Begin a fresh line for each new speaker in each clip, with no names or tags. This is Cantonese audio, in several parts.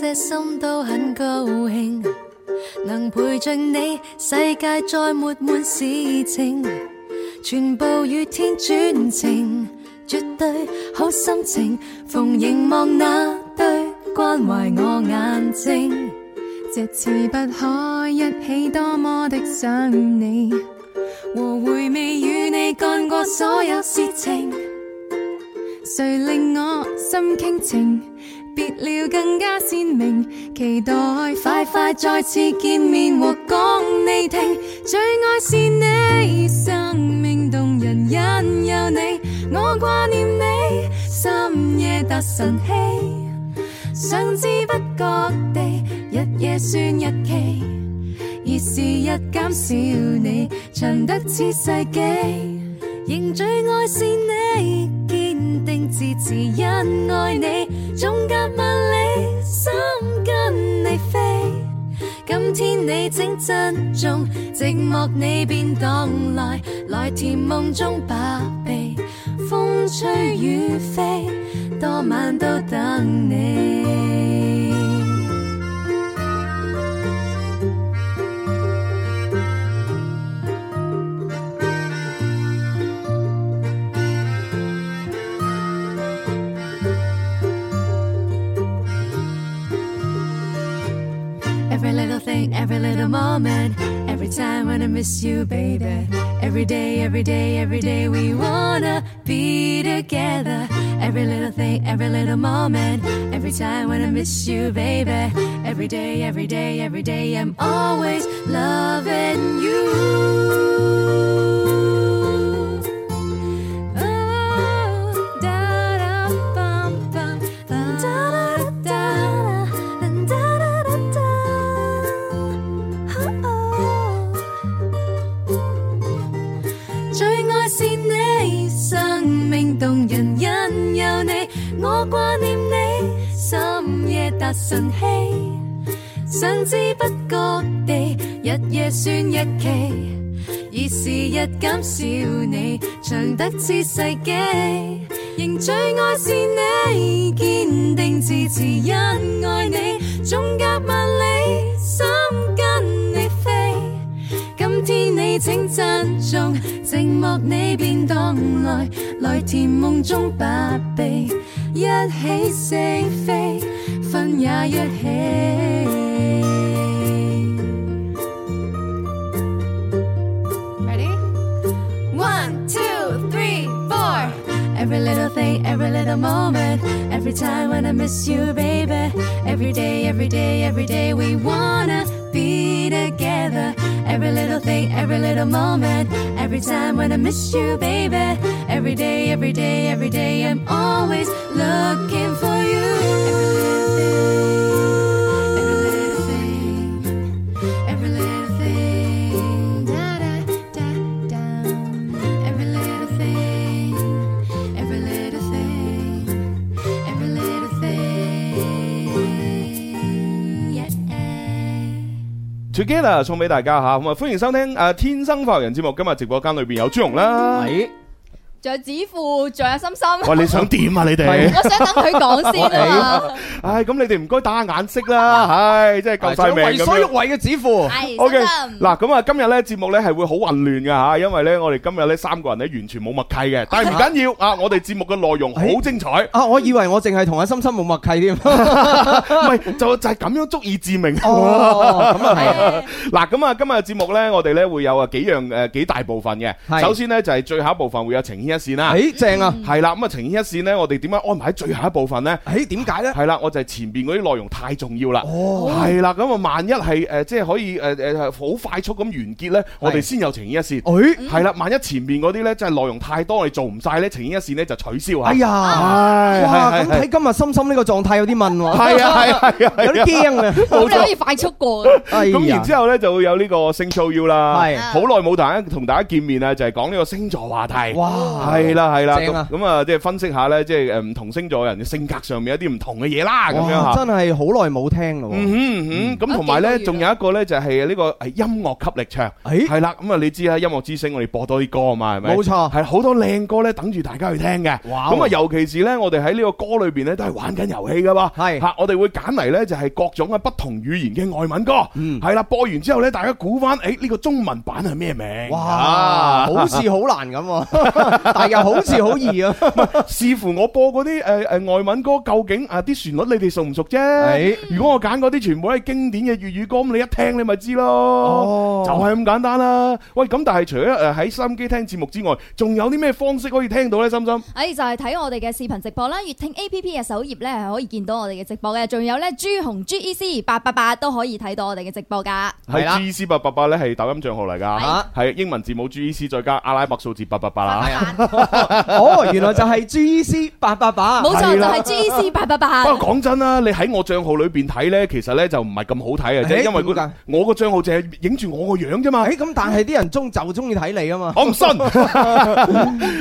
這心都很高興，能陪着你，世界再沒滿事情，全部與天轉晴，絕對好心情。逢凝望那對關懷我眼睛，
這次不可一起，多麼的想你，和回味與你幹過所有事情，誰令我心傾情？別了更加鮮明，期待快快再次見面和講你聽，最愛是你，生命動人因有你，我掛念你，深夜達晨曦，想知不覺地，日夜算日期，而時日減少你，長得似世紀，
仍最愛是你。定自持，因愛你，縱隔萬里，心跟你飛。今天你請珍重，寂寞你便蕩來，來甜夢中把臂，風吹雨飛，多晚都等你。every little moment, every time when I miss you, baby. Every day, every day, every day we wanna be together. Every little thing, every little moment, every time when I miss you, baby. Every day, every day, every day I'm always loving you.
Together 送俾大家吓，咁啊歡迎收聽誒天生快活人節目。今日直播間裏邊有朱紅啦，
係，
仲有子富，仲有心心。
喂，你 想點啊？你哋，
我想等佢講先 啊嘛。
唉，咁你哋唔該打下眼色 啦，唉，真係夠晒命
為
咁
所欲
樣。
為嘅指父，
係
O K，
心心。
嗱咁啊，今日咧節目咧係會好混亂㗎吓，因為咧我哋今日咧三個人咧完全冇默契嘅，但係唔緊要啊，我哋節目嘅內容好精彩，
啊，我以為我淨係同阿心心冇默契 添。
唔係就就係咁樣足以致命。
哦，咁啊係。
嗱咁啊，今日節目咧，我哋咧會有啊幾樣誒幾大部分嘅。
係
首先咧就係最後一部分會有情牽一線啦。
誒，正啊！
係啦，咁啊情牽一線咧，我哋點樣安排喺最後一部分咧？
誒，點解咧？
係啦，我就係前邊嗰啲內容太重要啦。哦，係啦，咁啊，萬一係誒即係可以誒誒好快速咁完結咧，我哋先有情牽一線。
誒，
係啦，萬一前面嗰啲咧，真係內容太多，我哋做唔晒咧，情牽一線咧就取消啊。
哎呀，
係，
哇！
係係
咁睇今日心心呢個狀態有啲問喎，
係啊，係啊，係啊，係啊
有啲驚啊！
咁你可以快速過嘅。
哎呀
咁然之後咧就會有呢個星 show 要啦，
係
好耐冇大家同大家見面啦，就係講呢個星座話題。
哇，
係啦係啦，
正啊
咁咁啊，即係分析下咧，即係誒唔同星座人嘅性格上面有啲唔同嘅嘢啦，咁樣
哇，
嚇。
真係好耐冇聽咯喎。
嗯哼嗯哼，咁同埋
啊
咧，
幾個
仲
月
有一個咧就係呢個係音樂吸力場，
咦
係啦，咁啊你知啦，音樂之星我哋播多啲歌啊嘛，係咪？
哎冇錯
係好多靚歌咧等住大家去聽嘅。
哇
咁啊，尤其是咧，我哋喺呢個歌裏邊咧都係玩緊遊戲噶喎。
係
嚇，我哋會揀嚟咧就係各種嘅不同語言嘅外文歌，
嗯
係啦，播完之後咧，大家估翻，誒呢個中文版係咩名？
哇，
啊
好似好難咁喎， 但又好似好易啊。
視乎我播嗰啲誒誒外文歌，究竟啊啲旋律你哋熟唔熟啫
係？
如果我揀嗰啲全部都係經典嘅粵語歌，咁你一聽你咪知咯
哦，
就係咁簡單啦。喂，咁但係除咗誒喺收音機聽節目之外，仲有啲咩方式可以聽到呢？心心
哎，就係睇我哋嘅視頻直播啦，粵聽 A P P 嘅首頁咧係可以見到我哋嘅直播嘅，仲有咧朱紅 G E C 八八八都可以睇到我哋嘅直播噶。
係啦
係 G E C 八八八咧係抖音帳號嚟㗎
係，
係英文字母 G E C 再加阿拉伯數字八八八啦。
哦，原來就係 GEC 888
冇錯，
係
就
啦
係 G E C 八八八。
不過講真啦，你喺我帳號裏邊睇呢，其實呢就唔係咁好睇嘅啫，
誒
因為
點
嗰
解
我個帳號淨係影住我個樣啫嘛。
誒，咁但係啲人中-就中意睇你啊嘛。
我唔 信。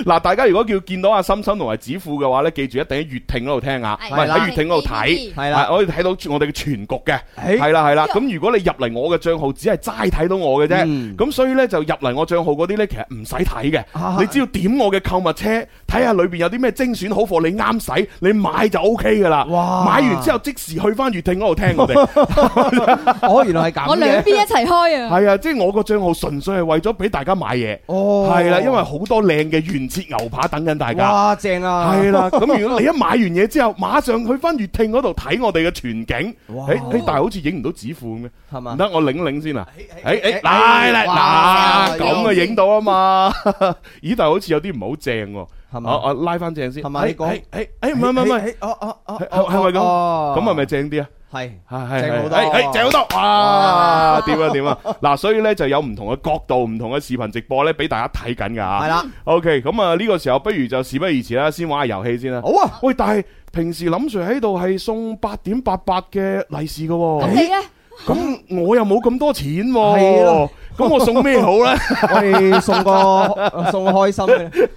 嗱，大家如果叫見到阿心心同埋子富嘅話咧，記住一定喺粵聽嗰度聽下，
係
唔係
啦
喺粵聽嗰度睇，
係啦
啊可以睇到我哋嘅全局嘅，
誒
係啦係啦。咁如果你入嚟我嘅帳號，只係齋睇到我嘅啫，
嗯
咁所以咧就入嚟我帳號嗰啲咧，其實唔使睇嘅
啊，
你只要點我嘅購物車，睇下裏邊有啲咩精選好貨，你啱使，你買就 O K 噶啦。
哇
買完之後即時去翻粵聽嗰度聽我哋。
哦，原來係咁嘅。
我兩邊一齊開啊！
係啊，即係我個帳號純粹係為咗俾大家買嘢。
哦。
係啦，因為好多靚嘅原切牛扒等緊大家。
哇，正啊。
係 啦，咁如果你一買完嘢之後，馬上去翻粵聽嗰度睇我哋嘅全景，
哇
誒誒，但係好似影唔到指褲咁嘅，
係嘛？
唔得，我領領先啊！誒誒，
誒
嚟嚟
哇
嗱，咁啊影到啊嘛， 咦，但係好似有啲唔好正喎，
係嘛
我我拉翻正先，
係嘛你講
誒誒哎誒，唔係唔係唔係，
誒，誒，哦，哦，哦，
係
哦，
係咪咁？
哦，
咁係咪正啲啊？
係。
係係
正好多
係係正好多，哇！點啊點啊！嗱，所以咧就有唔同嘅角度、唔同嘅視頻直播咧，俾大家睇緊㗎嚇。
係啦。
OK，咁啊呢個時候不如就事不宜遲啦，先玩下遊戲先啦。
好啊。
喂，但係平時林 Sir 喺度係送八點八八嘅利是嘅
咁
喎，
你咧？
咁我又冇咁多錢
係
喎
咯，
咁我送咩 好呢？
我哋送個-送個開心嘅。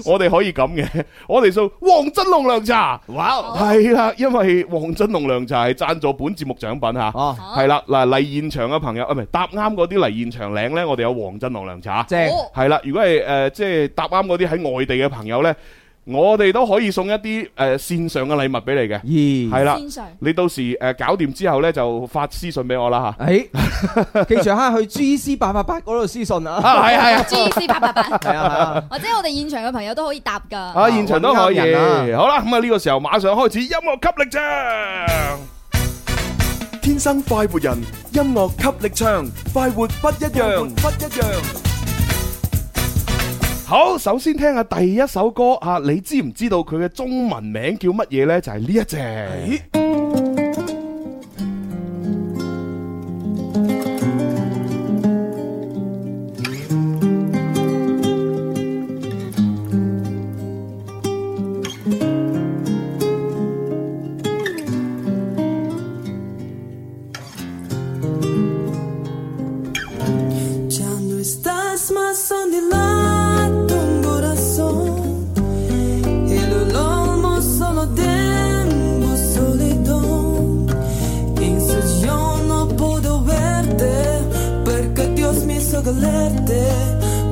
我哋可以咁嘅，我哋送黃真龍涼茶。哇，係啦，因為黃真龍涼茶係贊助本節目獎品嚇。
哦，正。
係啦，嗱嚟現場嘅朋友，啊唔係答啱嗰啲嚟現場領呢，我哋有黃真龍涼茶。
哦
係啦，如果係诶、呃即係答啱嗰啲喺外地嘅朋友呢，我哋都可以送一啲诶、呃、线上嘅禮物俾你嘅，
咦。
嗯係啦。
線上
你到時诶搞掂之後呢，就發私信俾我啦
誒，記住哈，去 GEC 888嗰度私信啊。
吓。 啊，係係啊
G E C 八八八，
係啊，係啊。
或者我哋現場嘅朋友都可以答㗎。
啊，現場都可以。
搵啱人
好啦，咁啊呢個時候馬上開始音樂吸力啫。
天生快活人，音樂給力唱，快活不一樣，不一樣。
好，首先聽下第一首歌啊，你知唔知道佢嘅中文名叫乜嘢呢？就係呢一隻。
Ya no estás más anhelando un corazón. El olor no solo tengo soledad. En su yo no puedo verte, porque Dios me hizo galerte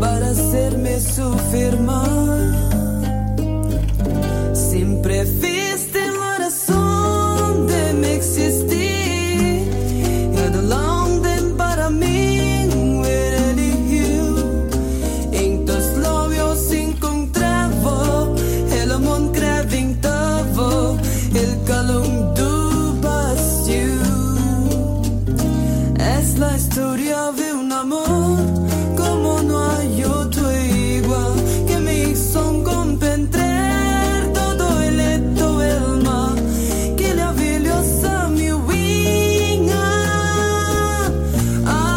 para hacerme sufrir más. Siempre fuiste la razón de mi existir. El dolor de para mí era elegido. En tus labios encontraba el amor que aventaba el calor do vacío. Es la historia de un amor como no hay otro igual que me hizo comprender todo el esto el mar que la belleza mi winga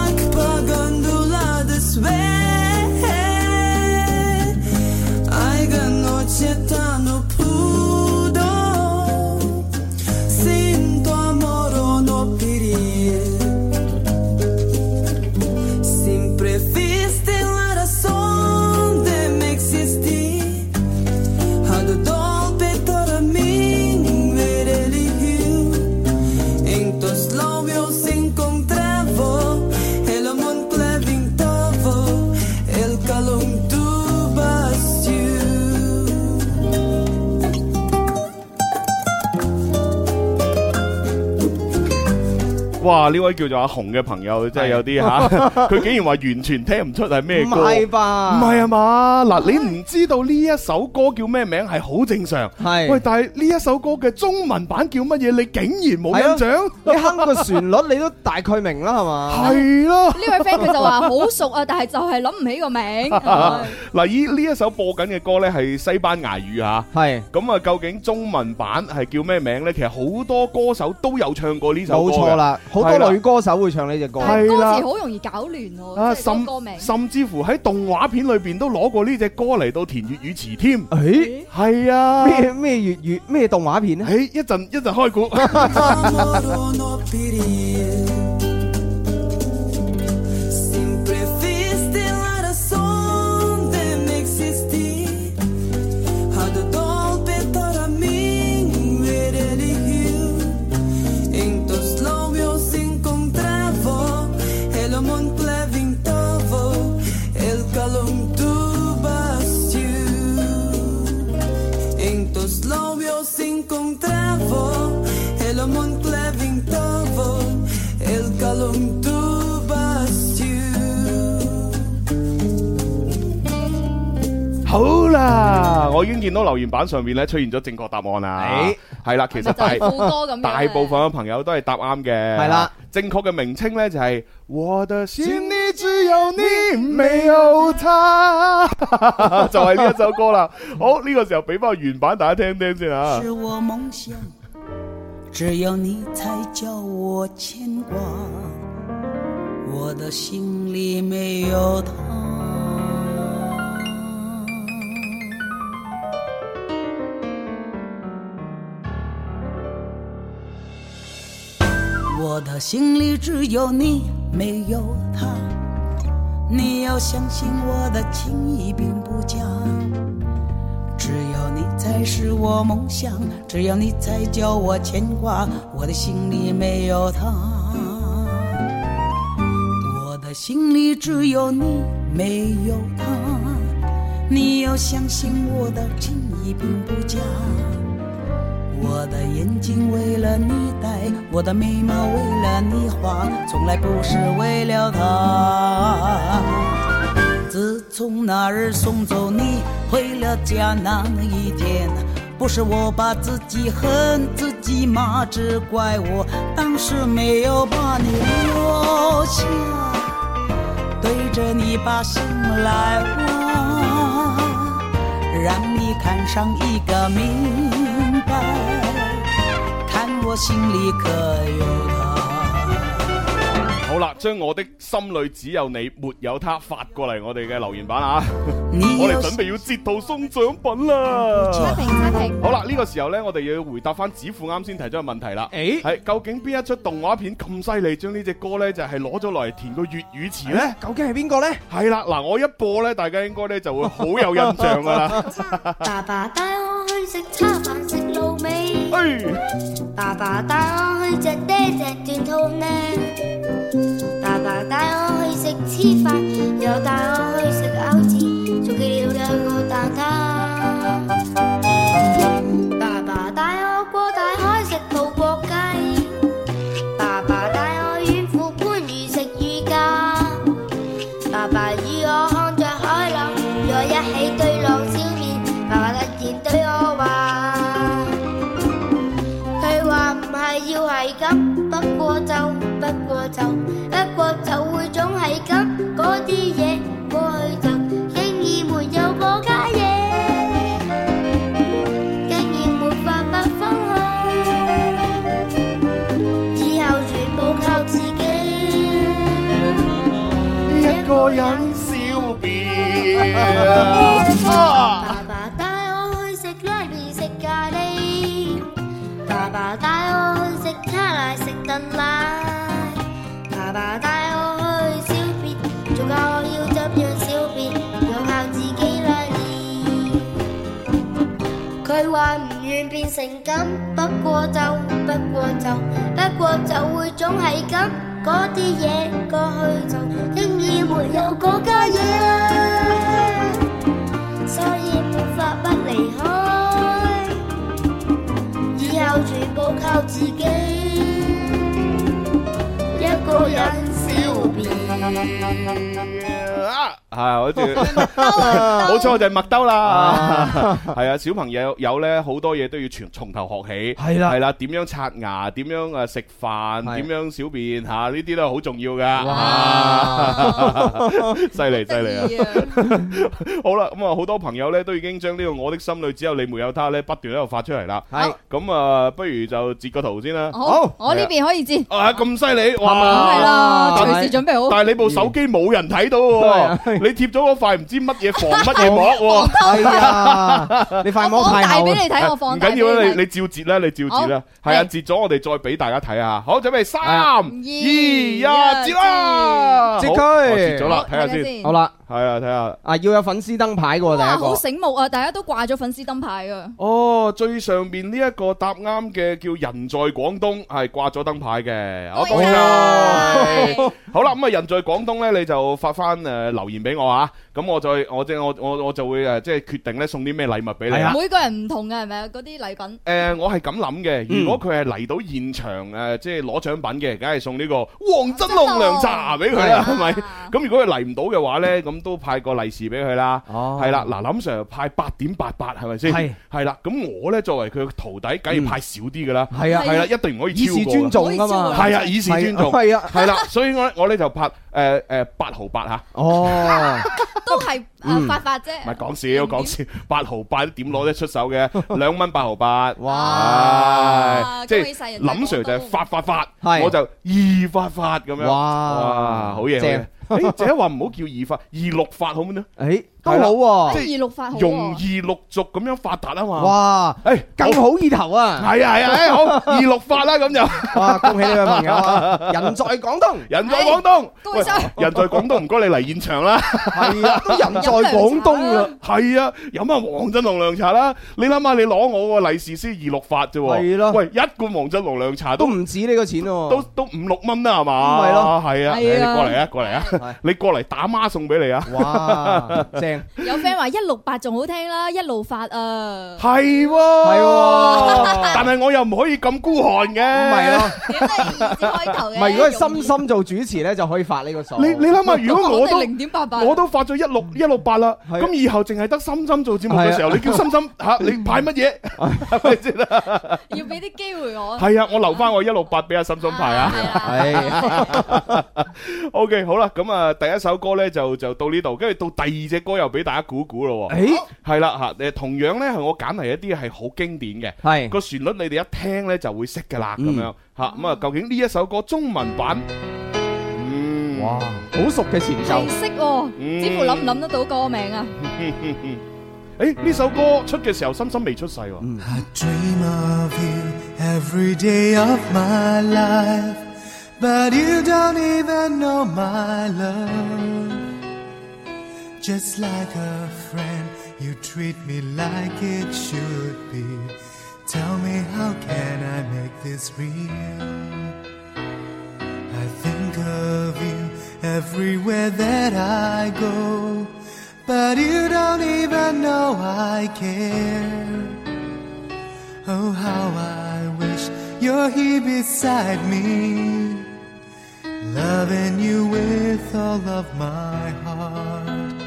apagando la desvez Ay, la noche tan no pudo oh, sin tu amor o no quería
哇！呢位叫做阿紅嘅朋友真係有啲吓，佢竟然話完全聽唔出係咩歌。
唔係吧
唔係啊嘛，嗱，你唔知道呢一首歌叫咩名係好正常。
係
喂，但係呢一首歌嘅中文版叫乜嘢？你竟然冇
係啊
印象？
你哼個旋律你都大概明啦，係嘛？
係咯。
呢位 friend 佢就話好熟啊，但係就係諗唔起 個名。
嗱，依呢一首播緊嘅歌呢係西班牙語吓。
係
咁啊，究竟中文版係叫咩名呢？其實好多歌手都有唱過呢首
冇
歌嘅
錯。啦，好
係啦
多女歌手會唱呢只歌。
但係歌
係啦
詞好容易搞
啊，
亂喎，即係
甚
歌名。
甚至乎喺動畫片裏邊都攞過呢只歌嚟到填粵語詞添。
誒
係啊，
咩咩粵語咩動畫片咧？
誒一陣一陣開估。
amor no pediría. Siempre fuiste la razón de mi existir. A tu golpe para mí me eligió. En tus labios e encontraba el amor que levantaba el calor de E tu vacío. En tus labios encontraba el amor que levantaba el calor de tu vacío.
好啦，我已經見到留言板上面咧出現咗正確答案啦
哎
誒。
係啦，其實
就係
大
副歌咁樣
大部分嘅朋友都係答啱嘅。
係啦，
正確嘅名稱咧就係我的心裏只有你，沒有他， 就係呢一首歌啦。好，呢個時候俾翻個原版大家聽聽先啊。
是我梦想，只有你才叫我牵挂，我的心里没有他。我的心里只有你，没有他。你要相信我的情意并不假。只有你才是我梦想，只有你才叫我牵挂，我的心里没有他，我的心里只有你，没有他。你要相信我的情意并不假，我的眼睛为了你戴，我的眉毛为了你画，从来不是为了他。自从那日送走你回了家那一天，不是我把自己恨自己骂，只怪我当时没有把你留下，对着你把心来挖，让你看上一个明白，看我心里可有他。
好啦，將我的心裏只有你，沒有他發過嚟我哋嘅留言板啊！
你
我哋
要
準備要截圖送獎品啦
差！評差評。
好啦，呢、個時候呢，我哋要回答翻子富啱先提出嘅問題啦。
誒
係究竟邊一出動畫片咁犀利，將呢只歌呢就係攞咗落嚟填個粵語詞呢？
究竟係邊個咧？
係啦，嗱，我一播呢，大家應該呢就會好有印象噶啦。
爸爸帶我去食叉飯食滷味，
哎，
爸爸帶我去隻爹隻短兔呢，爸爸帶我去食黐飯，又帶我去食牛翅，仲記了兩個蛋撻。爸爸帶我過大海食葡國雞，爸爸帶我遠赴番禺食乳鴿。爸爸與我看着海浪，與我一起對浪消面。爸爸突然對我話：佢話唔係要係咁，不過就不過就不過就會總係咁，嗰啲嘢過去就經已沒有嗰家嘢，經已沒法不分開，以後全部靠自己。
一個人笑變啊！
爸爸帶我去食拉麵食咖喱，爸爸帶我去食卡奶食燉奶，爸爸帶我去小便，仲教我要怎樣小便，要靠自己來練。佢話唔願變成咁，不過就不過就不過就會總係咁，嗰啲嘢過去就經已沒有嗰家嘢啦。所以沒法不離開，以後全部靠自己，
係，好似- 冇錯，就係麥兜啦。 係啊，小朋友-有呢，好多嘢都要全-從頭學起。
係啦。
係啦，點樣刷牙，點樣，呃，食飯，
係。
點樣小便，嚇，呢啲都好重要㗎。
哇。
犀利，犀利啊。
得意啊。
好啦，咁啊，好多朋友呢，都已經將呢個《我的心裏只有你沒有他》呢，不斷喺度發出嚟啦。
係。
咁啊，不如就截個圖先啦。
好，
好，
我呢邊可以知，
啊，咁犀利，哇。
係啦，
但係
隨時準備好。
但係你部手機冇人睇到
係
喎，你貼咗嗰塊唔知乜嘢防乜嘢 膜
我
哎呀，你塊膜
我
太
大
厚
俾
啦。
你睇，我
喎，
放
唔
大
緊
俾
要啦，你
睇
你照截啦，你照截啦，
好
係啊，
嚟
截咗我哋再俾大家睇下，好，準備三
啊
二一，
一
截啦，
截
好
佢
我截咗啦，睇下
睇
先，
先。
係啊，睇下。
好啦，啊，要有粉絲燈牌嘅喎，
哇，
第一個。
好醒目啊！大家都掛咗粉絲燈牌啊。
哦，最上面呢一個答啱嘅叫人在廣東，係掛咗燈牌嘅，我
恭喜晒
好啦，咁啊人在廣東咧，你就發翻誒留言俾我啊，咁我再我即我我我就會誒即係決定咧送啲咩禮物俾你
係啊
啊。
每個人唔同嘅係咪啊？嗰啲 禮品
誒、我係咁諗嘅。如果佢係嚟到現場誒、即係攞獎品嘅，梗係送呢個黃真龍涼茶俾佢啦，係咪？
啊
咁如果佢嚟唔到嘅話呢，咁都派個利是俾佢啦。
哦。
係啦，嗱，林 Sir 派八點八八係咪先？
係
係啦，咁我呢，作為佢嘅徒弟，梗
嗯
係派少啲㗎啦。
係啊，
係
係啦，一定唔可以超過㗎。
以示尊重㗎嘛。
係啊，以示尊重。
係啊。
係啦，所以我呢我呢就拍誒誒八毫八嚇，
哦。
都係
嗯
誒發發啫。
唔係講笑講笑，八毫八點攞得出手嘅， 兩蚊八毫八。
哇
唉即係
恭喜晒人哋
林 Sir 就係發發發，
係
我就二發發咁樣。
哇
哇，好嘢！
正
好嘢誒，姐話唔好叫二發，二六發好唔好呢？
誒，都好喎。
即係二六發好喎
容易陸續咁樣發達啊嘛。！
哇，
誒，
更
好。
好意頭啊！
係啊係啊， 誒好，二六發啦咁就。
哇，恭喜呢位朋友啊！人在廣東，
人在廣東，
恭
喂
喜晒
人在廣東，唔該你嚟現場啦。
係啊，都人在廣東啦，
係啊，飲下黃振龍涼茶啦。你諗下，你攞我個利是先二六發啫喎。
係咯
喂，一罐黃振龍涼茶
都
都
唔止呢個錢
都
喎。
都五六蚊啦，係嘛？
咪咯
係啊，
係
你
啊
過嚟啊，過嚟
係
啊，你過嚟打孖送俾你啊！
哇，正
有 friend 話一六八仲好聽啦，一路發啊。
係喎，
係喎
但係我又唔可以咁孤寒嘅。
唔係咯，
點解二字開頭嘅？
唔係如果係深深做主持咧，就可以發呢個數。
你你諗下，如果我都
零點八啊八，
我都發咗一六一六八啦，
係啊
咁以後淨係得心心做節目嘅時候，你叫心心吓你 派乜嘢？係咪先啊？
要俾啲機會我。
係啊，我留翻我一六八俾阿心心派啊。
係
係
啊。
OK，好啦，咁啊，第一首歌咧就就到呢度，跟住到第二隻歌又俾大家估估咯喎。
誒
係啦吓，誒同樣咧係我揀嚟一啲係好經典嘅。
係
個旋律你哋一聽咧就會識㗎啦，咁
嗯
樣嚇咁啊！究竟呢一首歌中文版，嗯，
哇，好熟嘅前奏
係，識喎，似乎諗唔諗得到歌名啊？
誒呢首歌出嘅時候，心心未出世喎，
I dream of you every day of my life, but you don't even know my love. Just like a friend, you treat me like it should be. Tell me, how can I make this real? I think of you everywhere that I go, but you don't even know I care. Oh, how I wish you're here beside me, loving you with all of my heart.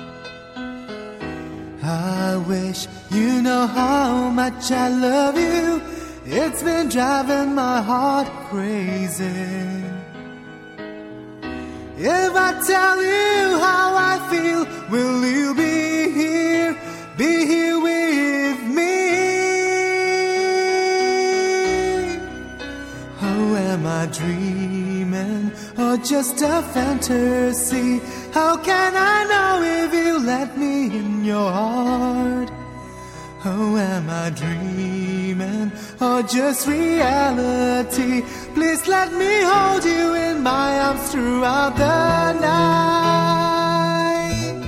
I wish you know how much I love you. It's been driving my heart crazy. If I tell you how I feel, will you be here? Be here with me? Oh, am I dreaming or just a fantasy? How can I know if you let me in your heart? Oh, am I dreaming or just reality? Please let me hold you in my arms throughout the night.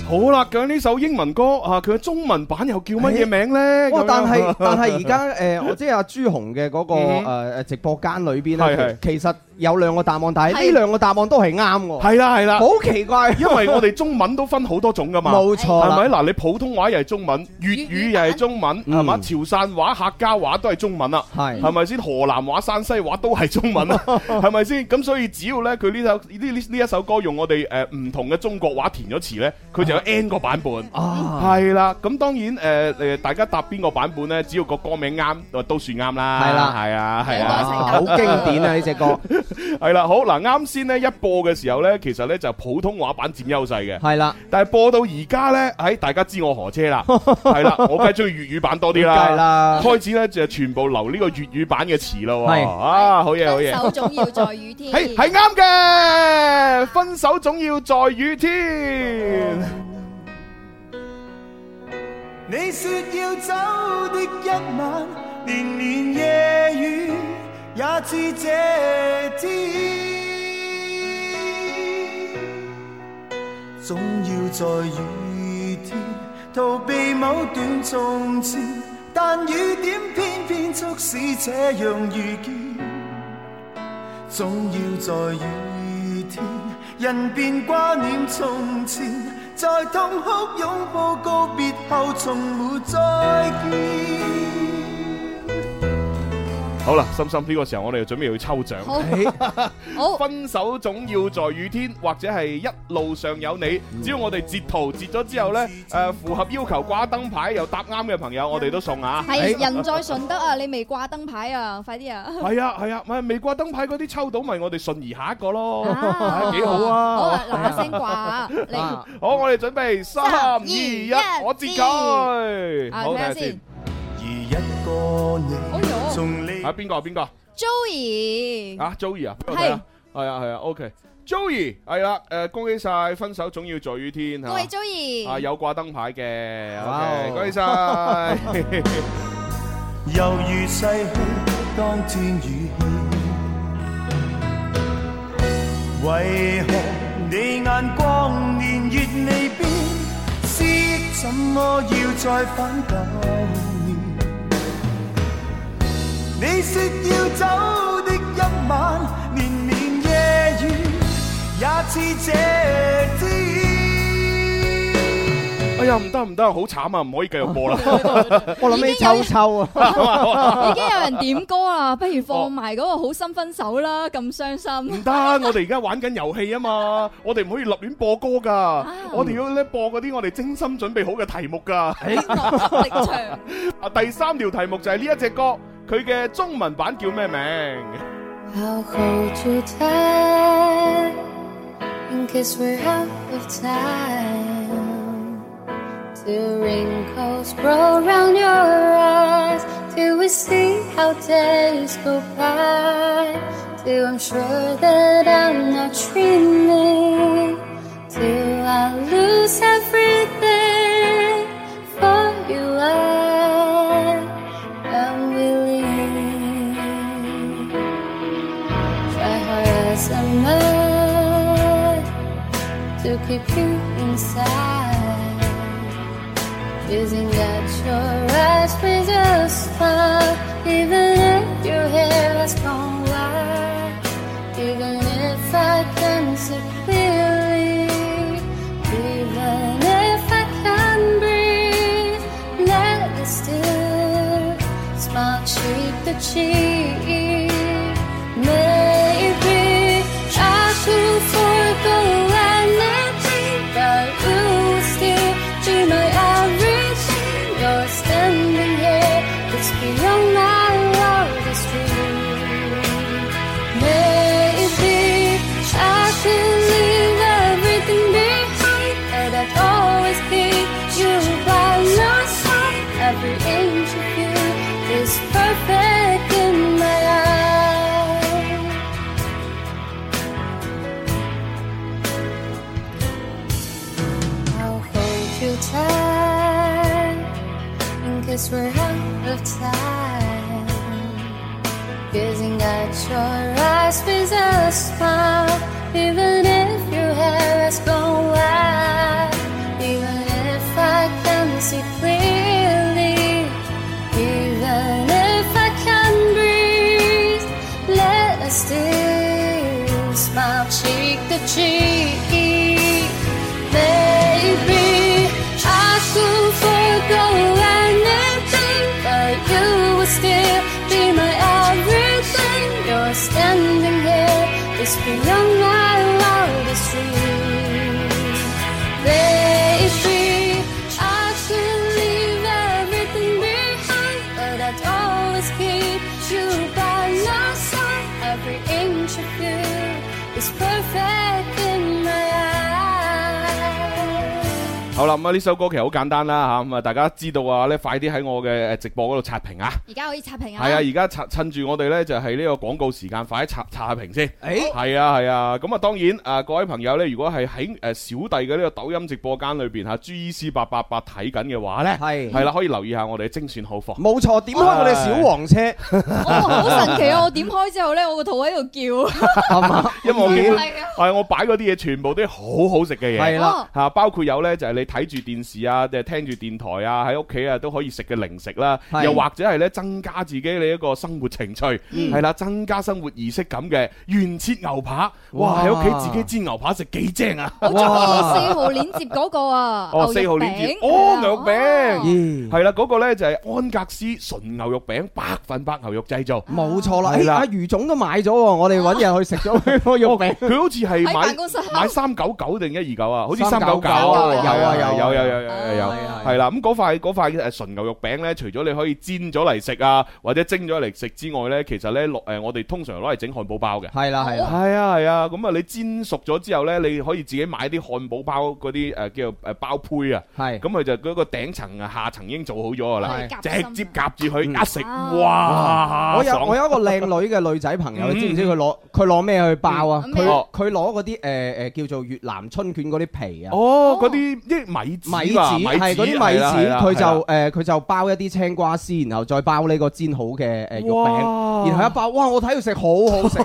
好啦，究竟呢首英文歌啊，佢嘅中文版又叫乜嘢名呢？
哎哇！
咁樣
但係但係而家誒，我即係阿朱紅嘅嗰個
嗯
誒誒直播間裏邊
係
咧
係，
其其實有兩個答案，但係呢
係
兩個答案都係啱喎，
係啦係啦，
好奇怪，
因為我哋中文都分好多種噶嘛。
冇錯
係
啦
咪。嗱？你普通話又係中文，粵語又係中文，
嗯
係嘛？潮汕話、客家話都係中文啦。
係
係咪先？河南話、山西話都係中文 啦，係咪先？咁所以只要呢，佢呢首呢呢呢一首歌用我哋誒唔同嘅中國話填咗詞呢，佢就有 N 個版本。
啊，
係啦，咁當然誒誒，大家答邊個版本呢？只要個歌名啱，都算啱啦。
係啦
係啊，係
兩個一齊
啊
答。
好經典啊！呢只歌
係啦，好嗱，啱先呢一播嘅時候呢，其實呢就普通話版佔優勢嘅，
係啦，
但係播到而家呢，唉，大家知我何車 啦，係啦，我梗係中意粵語版多啲
梗
啦，
係啦，
開始呢就全部留呢個粵語版嘅詞啦喎，
係
啊，好嘢好嘢，
手總要 在雨天。
係係啱嘅，分手總要在雨天，
你说要走的一晚，連綿夜雨也至這天。總要在雨天逃避某段從前，但雨點偏偏促使這樣遇見。總要在雨天，人便掛念從前，在痛哭擁抱告別後，從沒再見。
好啦，心心呢個時候我哋就準備要抽獎。
好
哎
好
分手總要在雨天，或者係一路上有你。只要我哋截圖截咗之後呢，誒、符合要求掛燈牌又答啱嘅朋友，我哋都送啊！
係人在順德啊！你未掛燈牌啊！快啲啊！
係啊係啊，咪未掛燈牌嗰啲抽到咪我哋順兒下一個咯，
啊
係幾好
好
啊！
啊，嗱嗱聲掛啊！你
啊
好，我哋準備三二一
一，
我截佢。
啊
好睇
睇
下
下
先
先，，
而一個你
哎呦
從你
啊邊個啊邊個啊
Joey
啊 Joey 啊，邊個睇啊係啊係啊，OK。Joey 係啦，誒恭喜晒分手總要在雨天嚇
恭喜 Joey
啊有掛燈牌嘅
哇
，OK，
哦
恭喜晒。
猶如逝去當天雨歇，為何你眼光年月未變？思憶怎麼要再返舊年？
你說要走的一晚，連綿夜雨也似這天。
哎呀，唔得唔得，好慘啊，唔可以繼續 播啦。
我諗起秋秋啊，
已經有人點歌啦，不如放埋嗰個好心分手啦，咁傷
唔
心。
得，我哋而家玩緊遊戲啊嘛，我哋唔可以立亂播歌噶，我哋要咧播嗰啲我哋精心準備好嘅題目噶。
音樂力場
啊，第三條題目就係呢一隻歌，佢嘅中文版叫咩名？
I'll hold you tight in case we're out of time. Till wrinkles grow round your eyes, till we see how days go by. Till I'm sure that I'm not dreaming. Till I lose everything for you, I am willing. Try hard as I might to keep you inside. Using that your eyes with a smile, even if your hair has gone white. Even if I can see clearly, even if I can breathe, let it still smile cheek to cheek. Maybe I should forego anything, but you still do my everything. You're standing here, it's beyond my wildest dream. Maybe I can leave everything behind, and I'd always be you by your side. Every inch of you is perfect in my eyes. I'll hold you tight in case we're out of time. Gazing at your eyes with a smile, even if your hair has gone wild, even is beyond my wildest dream. Play free. I should leave everything behind, but I'd always keep you by my side. Every inch of you is perfect in my eyes.
好啦，咁啊呢首歌其實好簡單啦吓，咁啊大家知道啊咧，快啲喺我嘅呃直播嗰度刷屏啊！
而家可以刷屏啊！
係啊，而家趁趁住我哋咧就係呢個廣告時間，快啲刷刷下屏先。
诶，
係啊係啊，咁啊當然啊各位朋友咧，如果係喺诶小弟嘅呢個抖音直播間裏邊吓 G E C 八八八睇緊嘅話咧，
係
係啦，可以留意下我哋嘅精選好貨。
冇錯，點開我哋小黃車
我好神奇啊！我點開之後咧，我個肚喺度叫，
係嘛？
因為我見到
係啊
係我擺嗰啲嘢全部都係好好食嘅嘢
係。啦，
哦
嚇，包括有呢，就係你睇住電視啊，誒聽住電台啊，喺屋企啊都可以食嘅零食啦，
係
又或者係呢，增加自己你一個生活情趣，
嗯
係啦，增加生活儀式感嘅原切牛扒，哇！
哇
喺屋企自己煎牛扒食幾正啊！
我中意四號鏈接嗰個啊，
哦，
牛
四號
肉
鏈接
餅，啊
哦，牛肉餅，
咦，
係啦，嗰個呢就係安格斯純牛肉餅，百分百牛肉製造。
冇錯啦。
係
誒
啦哦
哎阿余總都買咗喎，我哋揾人去食 咗佢個肉餅。
佢好似係
啊喺辦
買
公室
買三九九定一二九啊？好似三九
399
九，
有啊
有啊
有有有有有有。
係啊
系啦，咁嗰塊嗰塊誒純牛肉餅啊咧，除咗你可以煎咗嚟食啊，或者蒸咗嚟食之外咧，其實咧落誒我哋通常攞嚟整漢堡包嘅。
係啦係啦，
係啊係啊，咁啊你煎熟咗之後咧，你可以自己買啲漢堡包嗰啲誒叫做誒包胚啊，
係
咁佢就嗰個頂層啊下層已經做好咗㗎啦，
係
直接夾住佢
嗯
一食，
啊
哇！
我有
爽嗯
我有一個靚女嘅女仔朋友，你知唔知佢攞佢攞咩去爆啊？
嗯
佢
咩
啊
佢攞嗰啲誒誒叫做越南春卷嗰啲皮啊。
哦嗰啲啲米子
米
啊
紙係嗰啲米
係啦係
紙，
啦
佢就
係啦
誒佢就包一啲青瓜絲，然後再包呢個煎好嘅誒肉
哇
餅，然後一包，哇！我睇佢食 好好食，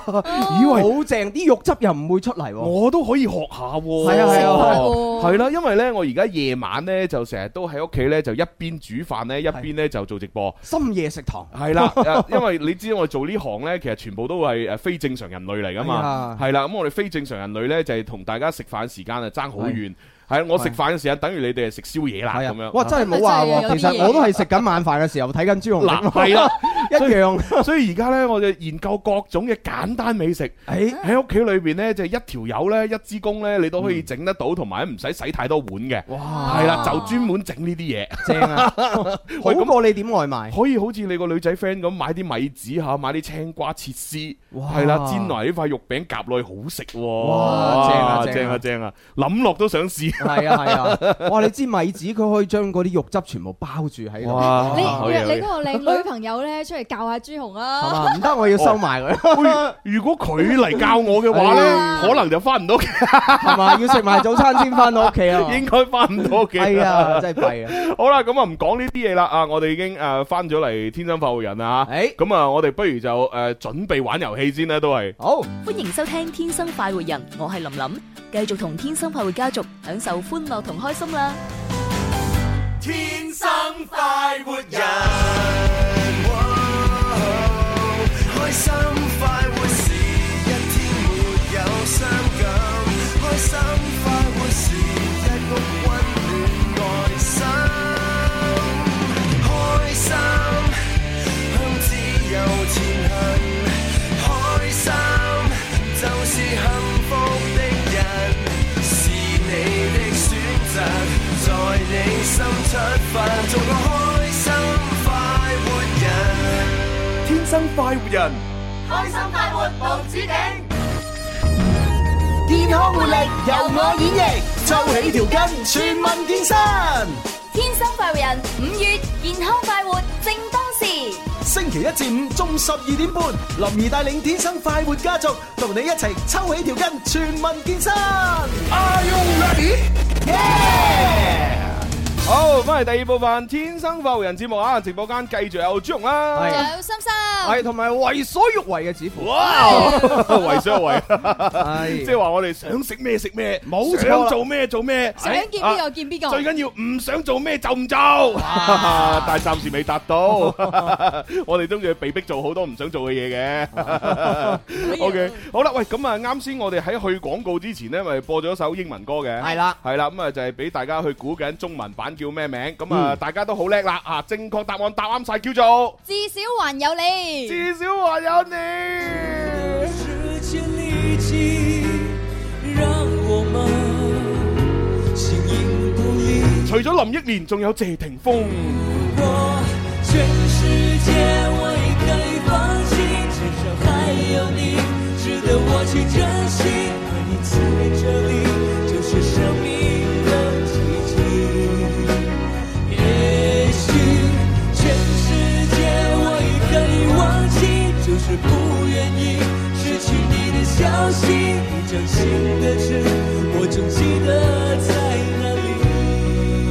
以為好正，啲肉汁又唔會出嚟喎。
我都可以學下喎，
係啊係啊
哦係啦，因為咧我而家夜晚咧就成日都喺屋企咧就一邊煮飯咧一邊咧就做直 播。
深夜食堂，
係啦，誒因為你知我做呢行呢，其實全部都係誒非正常人類嚟噶嘛，
哎
係啦，咁我哋非正常人類呢，就係同大家食飯時間啊爭好遠，係我食飯嘅時間等於你哋係食宵夜啦
係
咁
啊，
樣，
哇！真係冇話
真係有
喎，
啲
其實我都係食緊晚飯嘅時候睇緊朱紅
嗱
頂
係啦，
一樣。
所以而家呢，我就研究各種嘅簡單美食。
誒，
喺屋企裏邊呢，就一條友呢，一支公呢，你都可以整得到，同埋唔使洗太多碗嘅。
嗯哇，
係啦，就專門整呢啲嘢，
正啊！好
喂咁
過你點外賣，
可以好似你個女仔 friend 咁買啲米紙嚇，買啲青瓜切絲，
哇
係啦，煎埋呢塊肉餅夾落去好食喎。
哇正啊
哇
正啊
正啊正啊！諗落都想試。
係啊 係啊！哇！你知米紙佢可以將嗰啲肉汁全部包住喺度，
哇
你
好嘢
約
好
你
嘢
嗰個靚女朋友咧，出嚟教下朱紅
係
啊！
嘛？唔得，我要收埋佢。
喂如果佢嚟教我嘅話呢，可能就翻唔到屋企，
係嘛？要食埋早餐先翻到屋企啊！
應該翻唔到屋企。
係啊，真係弊啊！
好啦，咁啊唔講呢啲嘢啦，啊，我哋已經誒翻咗嚟天生發號人啦嚇。
誒，
咁啊，我哋不如就誒準備玩遊戲先啦，都係。
好，
欢迎收听《天生快活人》，我系林琳，继续同天生快活家族享受欢乐同开心啦！
天生快活人，开心快活是一天沒有傷感，開心快活是一屋温暖愛心，開心向自由前行，開心就是幸福的人，是你的選擇，在你心出發，做個開心快活人，天生快活人。健康活力由我演繹，抽起條筋，全民健身。
天生快活人，五月健康快活正當時。
星期一至五中午十二點半，林兒帶領天生快活家族，同你一齊抽起條筋，全民健身。Are you ready? Yeah！
好，翻嚟第二部分《天生發號人》節目啊，直播間繼續有朱紅啦。
係
仲有心心，
係同埋為所欲為嘅指符，
哇！為所為， 即
係
係話我哋想食咩食咩，
冇錯啦
想做咩做咩，
想見邊個見邊
啊
個。
最緊要唔想做咩就唔做， 但係暫時未達到。 我哋都要被逼做好多唔想做嘅嘢嘅。OK，好啦，喂，咁啊，啱先我哋喺去廣告之前呢，咪播咗首英文歌嘅。
係啦，
系啦，咁啊就係俾大家去估緊中文版叫咩名，咁啊
嗯
大家都好叻啦啊！正確答案答啱晒，叫做
至少還有你。
至少還有你。
世界里只
息，让我们形影不离。
除咗林憶蓮，仲有謝霆鋒。
全世界我已可以放弃，至少还有你，值得我去珍惜。而你在这里，就是生命的奇迹。也许全世界我已可以忘记，就是不愿意失去你的消息。你掌心的痣，我总记得在哪里。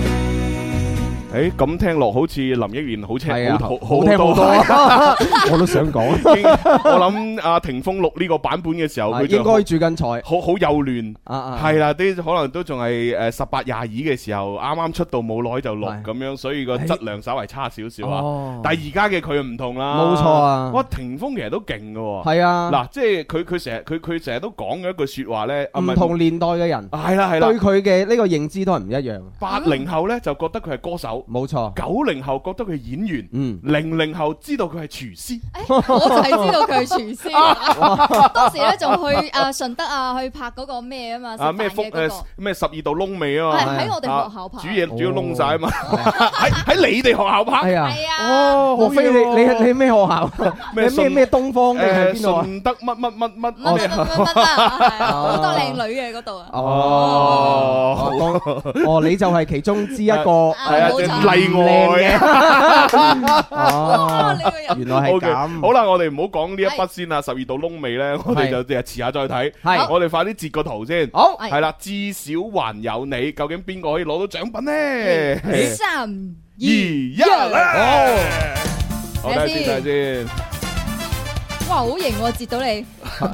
诶，咁聽落好似林憶蓮好
係啊
聽好好
好聽好 多我都想講
應我諗阿霆鋒錄呢個版本嘅時候，佢
啊應
應
該
該
住緊菜。
好好幼嫩。
啊啊，
係啦，啲可能都仲係诶十八廿二嘅時候，啱啱出道冇耐就錄
係
咁樣，所以個質量稍為差少少啊
哦。
但係而家嘅佢唔同啦，
冇錯啊
哇，霆鋒其實都勁嘅。
係啊
嗱，即係佢佢成日佢佢成日都講嘅一句说話咧，啊
唔同年代嘅人，
係啦係啦
對佢嘅呢個認知都係唔一樣。
八零後咧就覺得佢係歌手，
冇錯，
九零後覺得佢係演員，
嗯，
零零後知道佢係廚師。
我就係知道佢係廚師， 當時咧仲去啊順德啊去拍嗰個咩啊嘛，食
啊
飯
咩
嘅
福
嗰個
誒咩十二道窿尾啊
係
嘛，
喺我哋學校
煮
拍，
嘢煮到窿晒啊嘛， 喺喺你哋學校拍
係啊。
係啊，
哦，
莫非你你你咩學校？
咩
你咩
順
咩東方定
誒
係邊度啊？
順德乜乜乜乜
乜乜
咩？
乜乜乜啊，係啊好多靚女嘅嗰度啊，
哦，
當哦，你就係其中之一個。
啊
係啊，
冇
即
錯
係例外啊。
哇
哦，
你個人
原來係
OK，
咁。
好啦，我哋唔好講呢一筆先啦，十二道窿尾咧，我哋
係
就遲下再睇。
係
我哋快啲截個圖先。
好
係
係啦，至少還有你，究竟邊個可以攞到獎品呢？
三
二
二，
一啦！好，睇下先，睇下
睇下
先，
哇好型喎，截到你。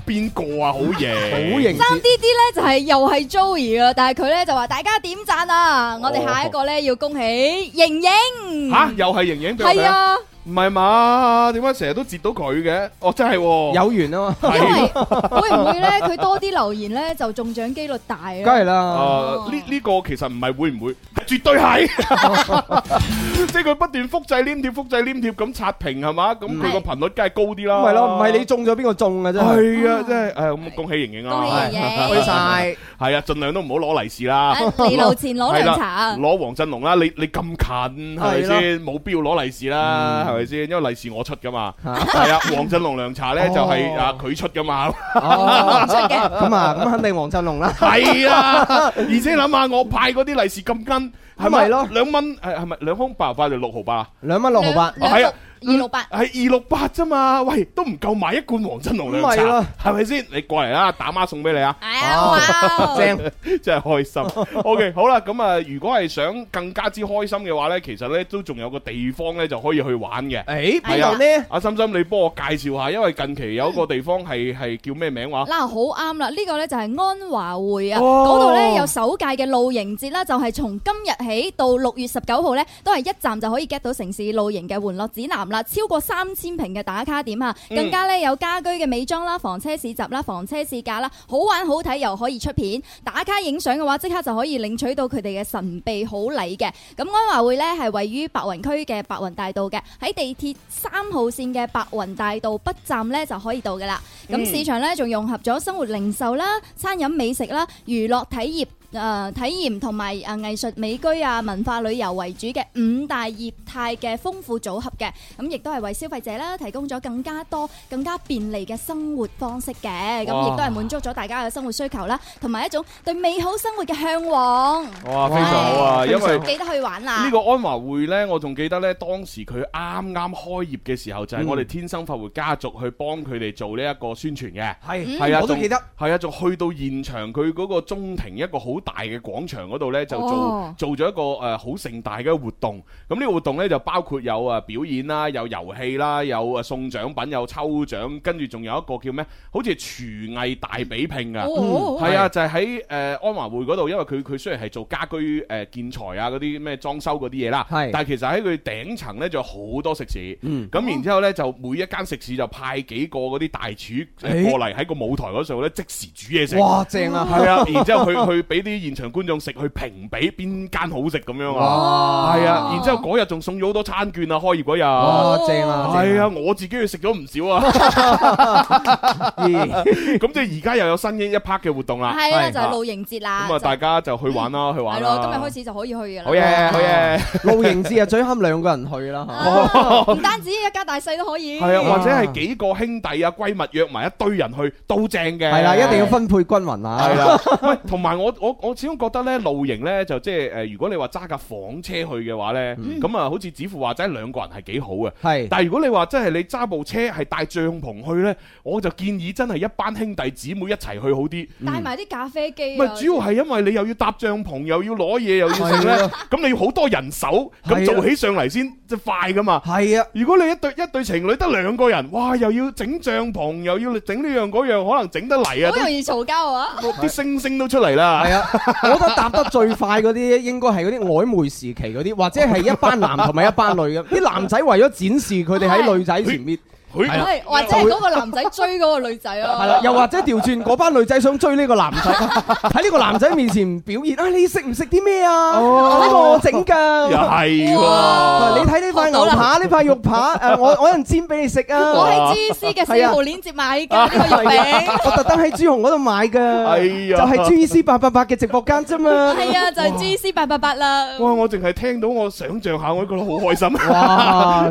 邊個啊？好型，
好型。
爭啲啲咧就係又係 Joey 啊，但係佢咧就話大家點讚啊！我哋下一個咧要恭喜盈盈，
吓，又係盈盈俾我睇
係啊，
唔係嘛？點解成日都截到佢嘅？哦，真係喎
有緣啊嘛，
因
係
為會唔會咧佢多啲留言咧就中獎機率大
梗
啊？
係啦，
啊！呢呢個其實唔係會唔會，絕對係， 即係佢不斷複製黏貼、複製黏貼咁刷屏係嘛？咁佢個頻率梗係高啲啦。
嗯咪咯，唔係你中咗邊個中啊，真係。
係 啊，真係誒咁恭喜盈盈
恭
啊！
喜 盈盈，
謝晒，
係啊，盡量都唔好攞利是啦。
啊嚟路前攞涼茶
係啦
啊！
攞黃振龍啦！你你咁近係咪
係咯嗯
先？冇必要攞利是啦，係咪先？因為利是我出噶 嘛。係啊，黃振龍涼茶咧
哦
就係啊佢出噶 嘛。
哦，咁啊，咁肯定黃振龍啦，
係 啊，而且諗下我派嗰啲利是咁奀，係
咁咪咯
兩蚊係係咪兩空八毫八就六毫八啊？
兩蚊六毫八，
兩
係
六
啊
二六八，
係二六八啫嘛，喂，都唔夠買一罐黃振龍涼
咪咯
茶，係咪先？你過嚟啦，打孖送俾你啊！
哎呀 哇！
正，
真係開 心。OK，好啦，咁啊，如果係想更加之開心嘅話呢，其實呢都仲有個地方呢就可以去玩嘅。
誒
哎
係
邊
啊
度呢？
阿心心，你幫我介紹下，因為近期有一個地方係係叫咩名話？
嗱，好啱啦！呢個呢就係安華會啊，
啊哦
嗰度呢有首屆嘅露營節啦，就係從今日起到六月十九號呢，都係一站就可以 get 到城市露營嘅玩樂指南啦，超過三千平嘅打卡點啊，
嗯
更加呢有家居嘅美妝啦、房車市集啦、房車試駕啦，好玩好睇又可以出片，打卡影相嘅話，即刻就可以領取到佢哋嘅神秘好禮嘅。咁安華會呢係位於白雲區嘅白雲大道嘅，喺地鐵三號線嘅白雲大道北站呢就可以到噶啦。咁、
嗯
市場呢仲融合咗生活零售啦、餐飲美食啦、娛樂體驗。誒、體驗同埋誒藝術美居啊、文化旅遊為主嘅五大業態嘅豐富組合嘅，咁亦都係為消費者啦提供咗更加多、更加便利嘅生活方式嘅，咁亦
哇
都係滿足咗大家嘅生活需求啦，同埋一種對美好生活嘅向往。
哇，非常好啊！因為
記得去玩啦。
呢個安華會呢，我仲記得呢，當時佢啱啱開業嘅時候，
嗯
就係我哋天生發活家族去幫佢哋做呢一個宣傳嘅。
係嗯
係啊，
我都
仲
記得。
係啊，仲去到現場佢嗰個中庭一個好大嘅廣場嗰度呢，就做、
哦
做咗一個呃誒好、盛大嘅活動。咁呢個活動呢，就包括有誒表演啦，有遊戲啦，有誒送獎品，有抽獎，跟住仲有一個叫咩？好似係廚藝大比拼啊！
哦
係啊，就係喺誒安華會嗰度，因為佢佢雖然係做家居誒、呃建材啊嗰啲咩裝修嗰啲嘢啦，
係
但係其實喺佢頂層咧，仲有好多食肆。
嗯
咁然之後咧，就每一間食肆就派幾個嗰啲大廚呃
咦
過嚟喺個舞台嗰度咧，即時煮嘢食。
哇，正 啊！
係啊，然之後佢佢俾啲啲現場觀眾食去評比邊間好食咁樣
哇
啊，係啊，然之後嗰日仲送咗好多餐券啊，開業嗰日，
哇正啊正啊
係啊，我自己去食咗唔少啊， 咁即係而家又有新一 part 嘅活動啦，
係啦，就係
啊
露營節啦。
咁啊，大家就去玩 啦，去
係
玩啦，
咯，今日開始就可以去㗎啦。
好嘢，好嘢。
露營節啊，最啱兩個人去啦嚇。
啊唔單止一家大細都可以。
系啊，或者 係幾個兄弟啊、閨蜜約埋一堆人去，都正嘅。
係啦，一定要分配均勻啊。
系啦，喂，同埋我我我始終覺得咧露營咧就即係诶，呃如果你話揸架房車去嘅話咧，咁啊好似子父話齋兩個人係幾好嘅。
嗯係
但係如果你話真係你揸部車係帶帳篷去咧，我就建議真係一班兄弟姊妹一齊去好啲。
帶埋啲咖啡機
咪
啊。
主要係因為你又要搭帳篷，又要攞嘢，又要食咧
係啊，
咁你要好多人手，
係啊
咁做起上嚟先即係快噶嘛。
係啊，
如果你一對一對情侶得兩個人，哇！又要整帳篷，又要整呢樣嗰樣，可能整得嚟
好容
啊，
易嘈交啊！
都啲星星都出嚟啦。
係啊，我覺得答得最快嗰啲應該係嗰啲曖昧時期嗰啲，或者係一班男同埋一班女咁。啲男仔為咗展示佢哋喺女仔前面，
佢
係啦
係或者係嗰個男仔追嗰個女仔
係
啊。
啦，又或者調轉嗰班女仔想追呢個男仔，喺呢個男仔面前表現啊，你食唔食啲咩啊？呢個我整㗎。
哦又係
哇
喎，
你睇呢塊
學到
牛
啦
扒，呢塊肉 扒，誒，我我有人煎俾你食
我
啊！
係芝士嘅四號鏈接買㗎呢個 月餅。
我特登喺朱紅嗰度買㗎，
哎
就
呀
係 GC 八八八嘅直播間啫嘛。
係啊，就係 G C 八八八啦。
哇！我淨係聽到我想像下，我都覺得好開心，
哇！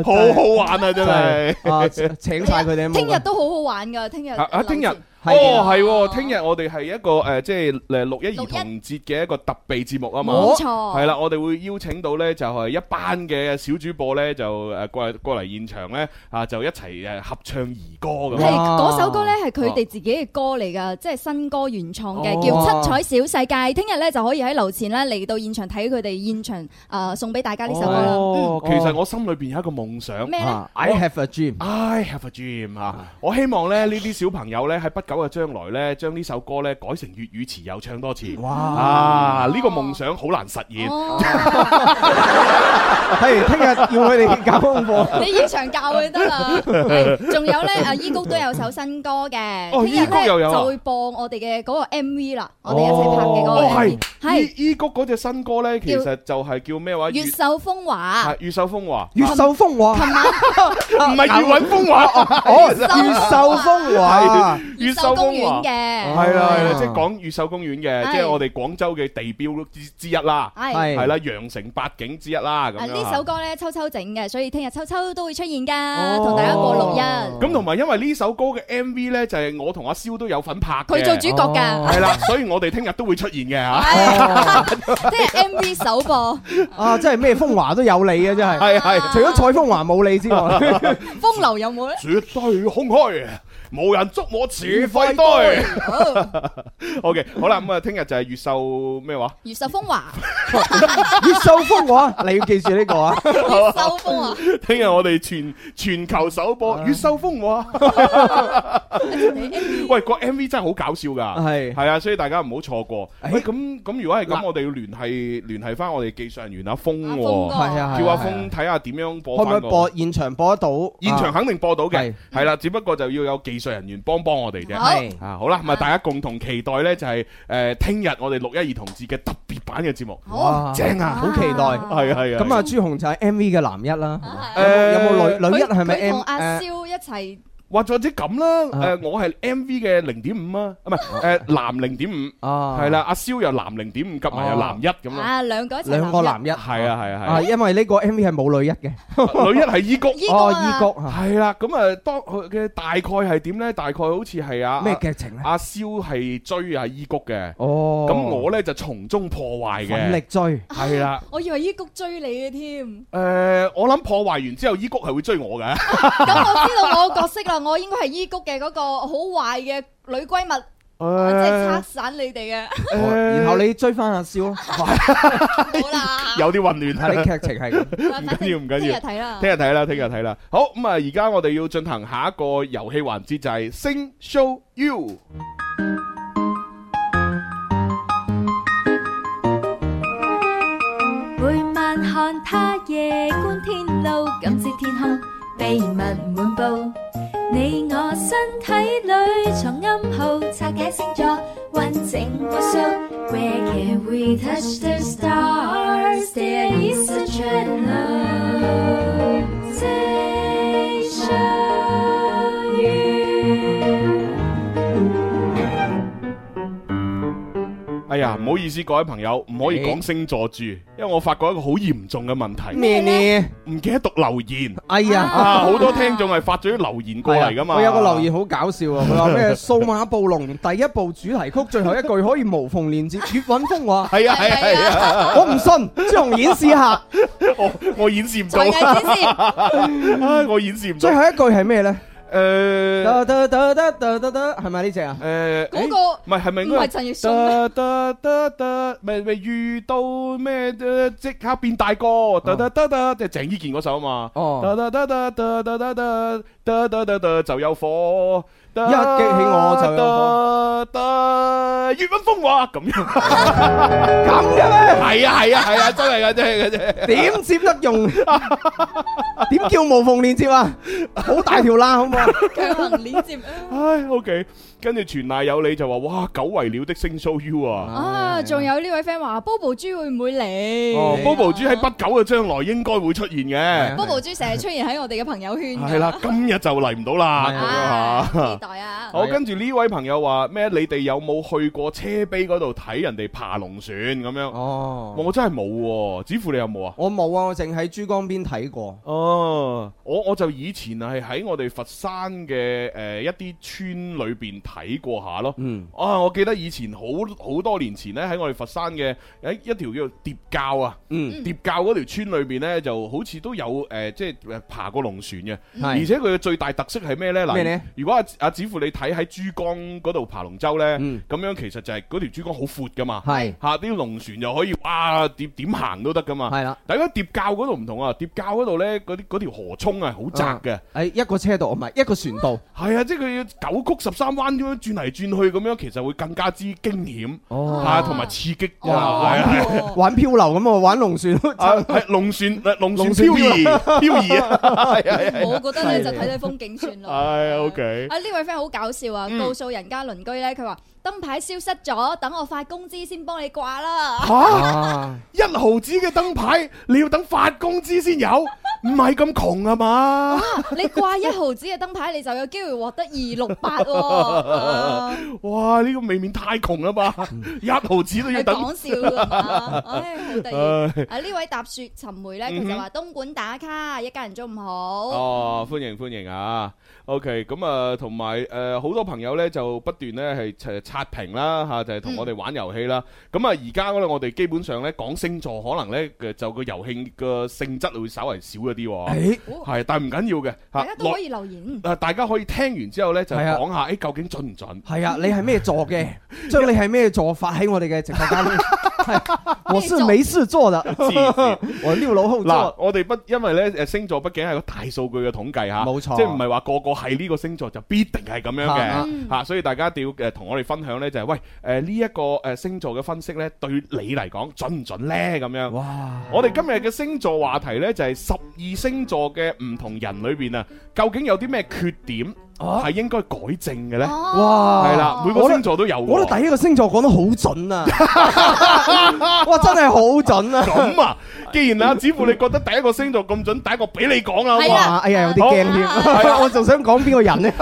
好好玩啊！真係
啊！請晒佢哋啊！
聽日都好好玩㗎，聽日
啊啊！聽日
留
哦
住哦
係喎，聽日我哋係一個誒，即係誒六一兒
六一
童節嘅一個特備節目啊嘛。
冇
係
錯，
啦，我哋會邀請到呢，就係一班嘅小主播呢，就誒過嚟過嚟現場呢，啊，就一齊誒合唱兒歌咁
係
樣。
嗰首歌咧係佢哋自己嘅歌嚟㗎，即係新歌原創嘅，
哦
叫《七彩小世界》。聽日咧就可以喺樓前咧嚟到現場睇佢哋現場誒送俾大家呢首歌啦。
哦，其實我心裏邊有一個夢想。
咩咧？
I have a dream。À.
I have a dream à. 啊！我希望咧呢啲小朋友呢，喺不久嘅將來呢，將呢首歌呢改成粵語詞，又唱多次。
哇！
啊！呢個夢想好難實現。
哦，
係聽日要佢哋搞功課。
你現場教佢得啦。係仲有咧，阿伊谷都有首新歌嘅，
哦
聽日
伊谷
咧
又有啊
就會播我哋嘅嗰個 M V 啦，我哋一齊拍嘅嗰個
哦
M V 係
依依谷嗰只新歌呢，其實就係叫咩話？
《越秀風華》。
係越秀風華，
越秀風華，
唔係越韻風 華。啊
哦，越秀風華，
越
越
秀
秀公
風華
園。嘅，
係啦係啦，
哦
即係講越秀公園嘅，
係
即係我哋廣州嘅地標之之一啦，
係。
係啦，羊城八景之一啦咁
啊！
樣
呢
啊
首歌咧，秋秋整嘅，所以聽日秋秋都會出現噶，
哦
同大家過六一。
咁同埋因為呢首歌嘅 M V 呢，就係我同阿蕭都有份拍嘅，
佢做主角㗎，
係啦，所以我哋聽日都會出現嘅嚇。
即係 MV 首播，
啊，真係咩風華都有你啊！真係，
係係
除咗蔡風華冇你之外，
風流有冇咧？
絕對空 虛，無人捉我似廢 堆。OK，好啦，咁啊，聽日就係越秀咩話？
越秀風 華，
越秀風華，你要記住呢個啊！
越秀啊風華，
聽日我哋全全球首
啊
播越秀風華。喂，個 MV 真係好搞笑㗎。
係
係啊，所以大家唔好錯過。
哎
喂，咁咁如果係咁，
嗱
我哋要聯繫聯繫翻我哋技術人員阿峰
阿
喎，
峰哥
係啊，
叫阿
係啊
峰睇下點樣播
可唔可
翻
以
個。
播現場播得到？啊
現場肯定播到嘅
係，
係啦，只不過就要有技術人員幫幫我哋啫。
好
係
啊，好啦，咁啊，大家共同期待呢，就係誒聽日我哋六一兒童節嘅特別版嘅節目，
好，
正啊！
好期待。
係啊係啊，
咁啊，朱紅就係 M V 嘅男一啦。
啊
有
係啊
冇有冇女女一
佢
係咪
佢
M？
同阿
誒
蕭一齊，
或者咁啦，
啊
誒我係 M V 嘅零點五啊，唔係誒男零點五，
啊
係啦，阿蕭又男零點五，夾埋又男一咁咯，
啊兩個一齊，
兩個男一。
係啊係啊
啊，因為呢個 M V 係冇女一嘅。
係，女一係依 E 谷，
依
哦，
哥
依
啊，
谷啊，
係啦，咁啊當佢嘅大概係點呢？大概好似係啊
咩劇情咧？
阿蕭係追阿 E 依谷嘅，
哦，
咁我呢就從中破壞
奮力
嘅，
追。
係啦。
我以為 E 依谷追你嘅添，
誒、我諗破壞完之後，依谷係會追我嘅。
咁我知道我嘅角色啦，我應該係依谷嘅嗰個好壞嘅女閨蜜，即係拆散你哋嘅，
哦然後你追翻阿蕭啊，
好啦，
有啲混亂
睇
啊！
啲劇情係咁。
唔
緊要唔緊要
聽日睇啦
聽。日睇啦，聽日睇啦。好咁啊！而家我哋要進行下一個遊戲環節，就係、Sing Show You。
每晚看他夜觀天路，感知天空秘密滿布。你我身體裏藏暗號，拆解星座，運整無數，
Where can we touch the stars? There is such a sensation.
哎呀，唔好意思，各位朋友，唔可以講星座住，因為我發覺一個好嚴重嘅問題。
咩呢？
唔記得讀留言。
哎呀
啊好多聽眾係發咗啲留言過嚟噶嘛。
我有個留言好搞笑啊！佢話咩？數碼暴龍第一部主題曲最後一句可以無縫連接，粵韻風 話。
係啊係啊係啊
我唔信，朱紅演示下。
我我演示唔到，
才藝 展
唉我演示唔到
最。後一句係咩呢？
誒，
得得得得得得得，係咪呢只啊？
誒，
嗰個
誒唔係係咪嗰個
唔係陳奕迅
得得得得，咪咪遇到咩誒即刻變大個，得得得得，即係鄭伊健嗰首啊嘛。
哦
得得得得得得得得得得得得就有火。一
一激起我就有
火，得粵文風話咁樣，
咁嘅咩？
係啊係啊 係啊，真係噶真係噶真係。
點接得用？ 點叫無縫連接啊？好大條啦，好唔好啊？
強行鏈接
唉，OK，跟住全賴有你就話，哇，久違了的星 show you 啊！
哦
啊！仲有呢位 friend 話 Bobo 豬會唔會
哦
嚟
，Bobo 豬喺不久嘅將來應該會出現嘅。
？Bobo 豬成日出現喺我哋嘅朋友圈㗎，
係啦，今日就嚟唔到 啦，咁
啊，
樣
期
嚇。
待啊！
好，跟住呢位朋友話咩？你哋有冇去過車陂嗰度睇人哋爬龍船咁樣？
哦，
我真係冇喎，子富你有冇啊？
我冇啊，我淨喺珠江邊睇過。
哦，我我就以前係喺我哋佛山嘅誒一啲村裏邊睇過下咯。
嗯，
啊！我記得以前好好多年前咧，喺我哋佛山嘅一一條叫做疊滘啊，
嗯
疊滘嗰條村裏邊咧，就好似都有誒、呃即係誒爬過龍船嘅。
嗯係
而且佢嘅最大特色係咩咧？
咩呢
如果阿阿子富你睇喺珠江嗰度爬龍舟咧，咁、
嗯
樣其實就係嗰條珠江好闊噶嘛，
係
嚇啲龍船又可以哇點點行都得噶嘛。
係啦。
但係嗰疊滘嗰度唔同啊，疊滘嗰度咧，嗰啲嗰條河涌係好窄嘅。
誒哎一個車道唔係一個船 道。
係啊，即係佢要九曲十三彎咁樣轉嚟轉去咁樣，其實會更加之驚險，
哦
嚇同埋刺激啊！係啊係
哦
玩漂流咁啊，玩龍船都
啊，係龍 船誒龍船
龍
漂
船
移漂移啊！係啊係啊
我覺得咧就睇睇風景算咯。
唉，OK，
啊！呢位 friend 好搞笑啊，
嗯
告訴人家鄰居咧，佢話燈牌消失咗，等我發工資先幫你掛 啦。
嚇
啊，
一毫子嘅燈牌，你要等發工資先有，唔係咁窮啊嘛！
你掛一毫子嘅燈牌，你就有機會獲得二六八 啊喎。
哇，呢個未免太窮啦吧？一毫子都要
係
等
講笑㗎嘛， 唉，好得意。啊！呢位踏雪尋梅咧，佢就話東莞打卡，一家人中午好。
哦，歡迎歡迎啊！OK，咁啊，同埋誒好多朋友呢，就不斷呢係誒刷屏啦嚇，就係
嗯
同我哋玩遊戲啦。咁啊，而家呢，我哋基本上呢講星座，可能呢嘅就個遊戲嘅性質會稍為少一啲喎。
誒
係，但係唔緊要嘅
哦大家
嚇。
都可以 留言。
啊！大家可以聽完之後呢，就
係啊
講下誒究竟準唔準？
係啊，你係 咩座嘅？將你係咩座發喺我哋嘅直播間。係我是美事座的，
黐 線
我六樓後
嗱，
座。
我哋不因為呢誒星座畢竟係個大數據嘅統計嚇，
冇錯
即係唔係話個個係呢個星座就必定係咁樣
啊
嘅嚇，所以大家一定要誒同我哋分享呢，就係喂誒呢一個誒星座嘅分析呢，對你嚟講準唔準呢？咁樣。
哇！
我哋今日嘅星座話題呢，就係十二星座嘅唔同人裏邊啊，究竟有啲咩缺點
啊
係應該改正嘅呢？
哦
係啦，每個星座都有喎。
我哋第一個星座講得好 準啊！ 哇，真係好準啊！
咁啊，既然啊，子富你覺得第一個星座咁準，第一個俾你講啦，好唔好
係啊
啊？
哇！哎呀，有啲驚添，啊 我仲想講邊個 人呢？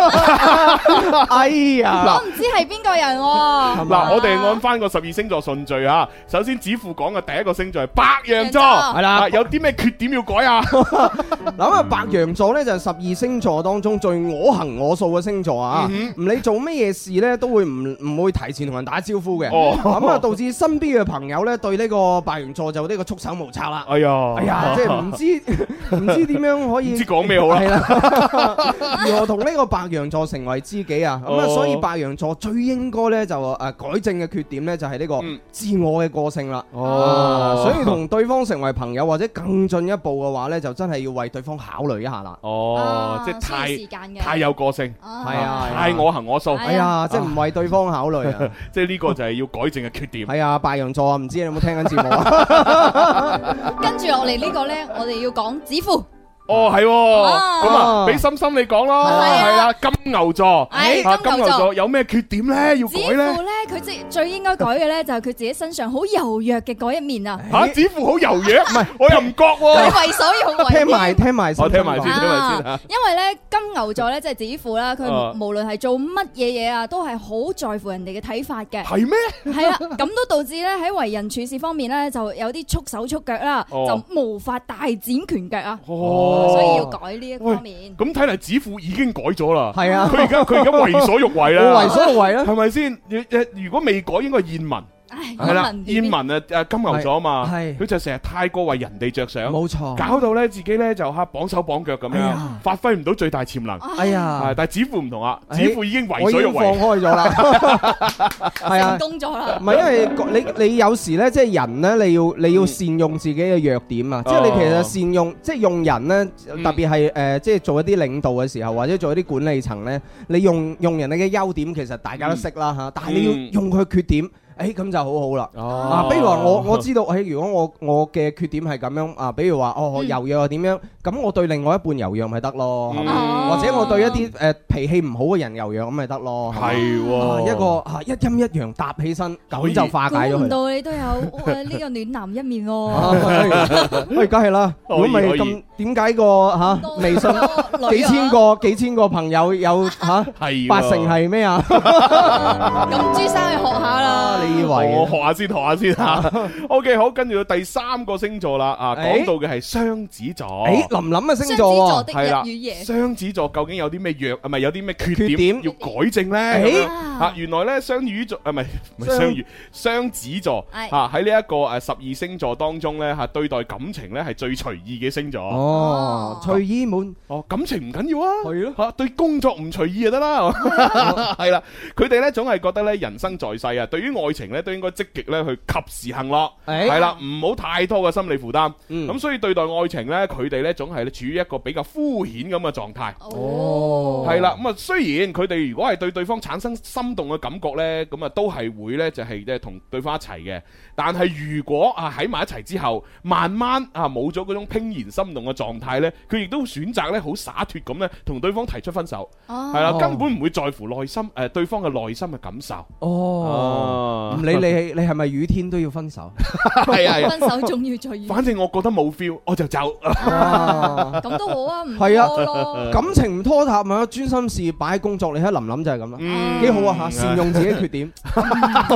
哎呀
我，唔知係邊個人喎。
嗱，我哋按翻個十二星座順序啊。首先，子富講嘅第一個星座係白羊座，
羊
係
座
啦
啊有啲咩缺點要改 啊？
嗱咁啊，白羊座呢就係十二星座當中最我行我素嘅星座啊，
嗯
唔理做乜嘢事呢，都會唔唔會提前同人打招呼嘅，
哦
咁啊導致身邊嘅朋友呢對呢個白羊座就呢個束手無策啦。
哎呀，
哎呀，即係唔知唔知點樣可以
唔知講咩好啦
係啦，如何同呢個白羊座成為知己啊？咁啊，
哦
所以白羊座最應該呢就誒改正嘅缺點呢，就係呢個
嗯
自我嘅個性啦。啊
哦
所以同對方成為朋友或者更進一步嘅話呢，就真係要為對方考慮一下啦。
哦
啊，
即係
需要
太
時間嘅
太有個性，
係啊，
太我行我素，
係啊
哎呀，即係唔為對方考慮啊！
即 係呢個就係要改正嘅缺 點。
係啊，白羊座 啊，唔知你有冇聽緊節目啊？
跟住落嚟呢個呢，我哋要講指父。
哦，系咁啊，俾心心你講咯，
係啊
係啦，金牛座，
係
啊
金牛座
有咩缺點咧？要
子
改
富
咧？
咧，佢即最應該改嘅咧，就係佢自己身上好柔弱嘅嗰一面啊！
吓，子父好柔弱，唔係，我又唔覺喎。
佢為所欲為。
聽埋聽埋先，
我聽埋先聽埋先
啊
啊！
因為咧金牛座咧即係子父啦，佢
啊
無論係做乜嘢嘢啊，都係好在乎人哋嘅睇法嘅。
係咩？
係啦，咁都導致咧喺為人處事方面咧就有啲束手束腳啦，
哦
就無法大展拳腳啊，
哦
所以要改呢一方面。
咁睇嚟子父已經改咗啦。
係啊
佢而家佢而家為所欲為啦。
我 為所欲為啦，
係咪先？若若如果未改，應該係燕文
唉，
係啦
文，點
燕文啊誒金牛座啊嘛，
係係
佢就成日太過為人哋着想，
冇錯，
搞到咧自己咧就嚇綁手綁腳咁
哎
樣
呀，
發揮唔到最大潛能。啊
哎呀，
但係子父唔同啊，子
哎
父已經為
我已
所欲
經放
為。
開咗 啦，係啊
成。功咗啦
唔。係因為個你你有時咧，即係人咧，你要你要
嗯
善用自己嘅弱點
哦
啊！即係你其實善用，即係用人咧，
嗯
特別係誒，即係做一啲領導嘅時候，或者做一啲管理層咧，你用用人哋嘅優點，其實大家都識啦嚇，但係你
嗯
要用佢缺點，誒咁就好好啦。啊，
啊
比如話我我知道，誒如果我我嘅缺點係咁樣啊，比如話哦
嗯
我柔弱又點樣，咁我對另外一半柔弱咪得咯，係嘛
嗯
或者我對一啲誒脾氣唔好嘅人柔弱咁咪得咯，係嘛
係
啊
喎，
一個啊一陰一陽搭起身，
可以
咁就化解咗
估唔
佢。
到你都有哇呢個暖男一面
啊
喎，
喂，喂梗係啦，
可
如
以
果唔係
可
咁，點解個吓
多
微信
咗個女
幾
啊
千個幾千個朋友 有吓
係喎
八成 係咩啊？
咁朱生去學下啦。
你以為
我
啊？
哦學下先，學下先吓。OK，好， 跟住到第三個星座啦，啊，
誒
講到嘅係雙子座。
誒，林林嘅星
雙子
座
座
喎，
的
係啦
日與夜，
雙子座究竟有啲咩弱啊？唔係有啲咩缺
缺
點
點
要改正呢？
誒
咁樣
啊
啊，原來呢，雙魚座啊，唔係唔係
雙
雙魚，雙子座
係
啊，喺呢一個誒十二星座當中呢，嚇對待感情呢係最隨意嘅星座。
哦
哦，
隨意滿
哦，感情唔緊要啊。
係咯。
吓对工作唔隨意就得啦， 係啦，佢哋呢總係覺得呢人生在世啊，對於愛情呢都應該積極呢去及時行樂，
誒
係啦，唔好太多嘅心理負擔。
嗯
咁所以對待愛情呢，佢哋呢總係處於一個比較敷衍咁嘅狀態。
哦
係啦，咁啊，雖然佢哋如果係對對方產生心動嘅感覺呢，咁啊都係會呢，就係即係同對方一齊嘅。但係如果啊喺埋一齊之後，慢慢啊冇咗嗰種怦然心動嘅狀態呢，佢亦都選擇呢好灑脱咁呢，同對方提出分手，
哦
係啦，啊
哦
根本唔會在乎內心誒對方嘅內心嘅感受。
哦，
哦
唔理你你係咪雨天都要分手？
係啊係啊，
分手仲要再遇，
反正我覺得冇 feel，我就走。
哇
啊咁都好啊，唔
係啊
多咯。
感情唔拖沓咪咯，專心事業擺喺工作。你睇林林就係咁啦，
嗯
幾好啊嚇，善用自己 缺點。
好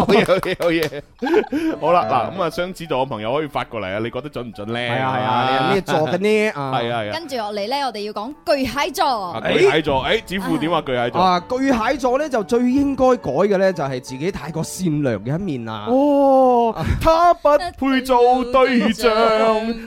嘢，好嘢，好嘢。 好啦，嗱咁啊，雙子座嘅朋友可以發過嚟啊，你覺得準唔準咧？
係啊係啊，你有咩座嘅呢？啊
係啊係啊。
跟住落嚟咧，我哋要講巨蟹座
啊，
哎
巨蟹座，誒，子富點啊？巨蟹座，
啊，巨蟹座咧就最應該改嘅咧，就係自己太過善良嘅一面啊啦。
哦，他不配做對象，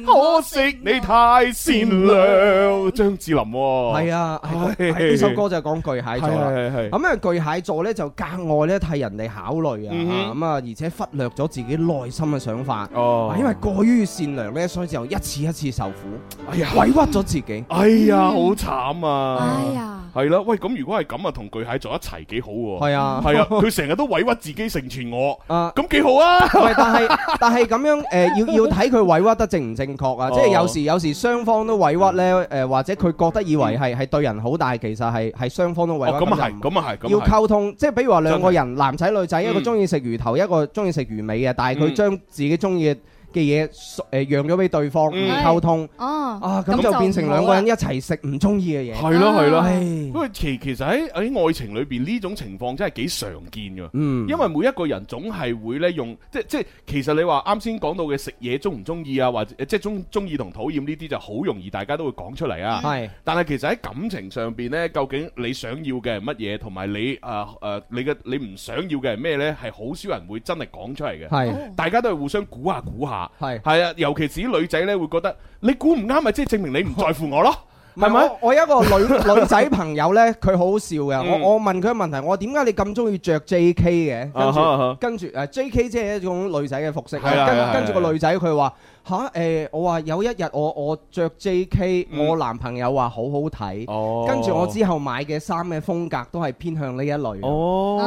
可惜你太善良。張智霖喎，
係
啊，
啊，係
唉
講係呢首歌就係講巨蟹座
係
啦。
係係，
咁啊，巨蟹座咧就格外咧替人哋考慮
嗯
啊，
哼
咁啊，而且忽略咗自己內心嘅想法，啊
哦
因為過於善良咧，所以就一次一次受苦，
哎呀，
委屈咗自己。
哎呀，好慘啊！
哎呀，
係啦，喂，咁如果係咁啊，同巨蟹座一齊幾好喎？
係啊，
係啊，佢成日都委屈自己成全我，
啊。
咁幾好啊！
喂，但係但係咁樣誒、呃要要睇佢委屈得正唔正
哦
確啊！即係有時有時雙方都委屈咧，
嗯
誒、或者佢覺得以為係係對人好，但係其實係係雙方都委
哦，
屈。
咁啊係，
就唔
咁啊係，咁
要
啊係
溝通，即係比如話兩個
真
人，男仔女仔，一個中意食魚頭，一個中意食魚尾嘅，但係佢
嗯
將自己中意嘅嘅嘢誒讓咗俾對方，唔
嗯
溝通
哦，
啊，咁就變成兩個人一齊食唔中意嘅嘢。
係咯係咯。
唉
因，為其其實喺喺愛情裏邊呢種情況真係幾常見㗎。
嗯，
因為每一個人總係會咧用，即即其實你話啱先講到嘅食嘢中唔中意啊，或者即中中意同討厭呢啲就好容易大家都會講出嚟啊。
嗯係
但係其實喺感情上邊呢，究竟你想要嘅係乜嘢，同埋你誒誒你嘅你唔想要嘅係咩呢？係好少人會真係講出嚟嘅。
係
大家都係互相估下估下，
係
係啊，尤其是啲女仔呢，會覺得你估唔啱咪即係證明你唔在乎我咯。係咪？
我我有一個女 女仔 朋友咧，佢好好笑嘅。
嗯
我我問佢嘅問題，我話點解你咁中意着 J K
啊哈啊
嘅
哈？
跟住跟住誒 J K 即係一種女仔嘅服飾
係啊係啊係啊
啦。跟跟住個女仔佢話吓，誒，我話有一日我我著 J K，
嗯
我男朋友話好好睇。
哦
跟住我之後買嘅衫嘅風格都係偏向呢一類。
哦，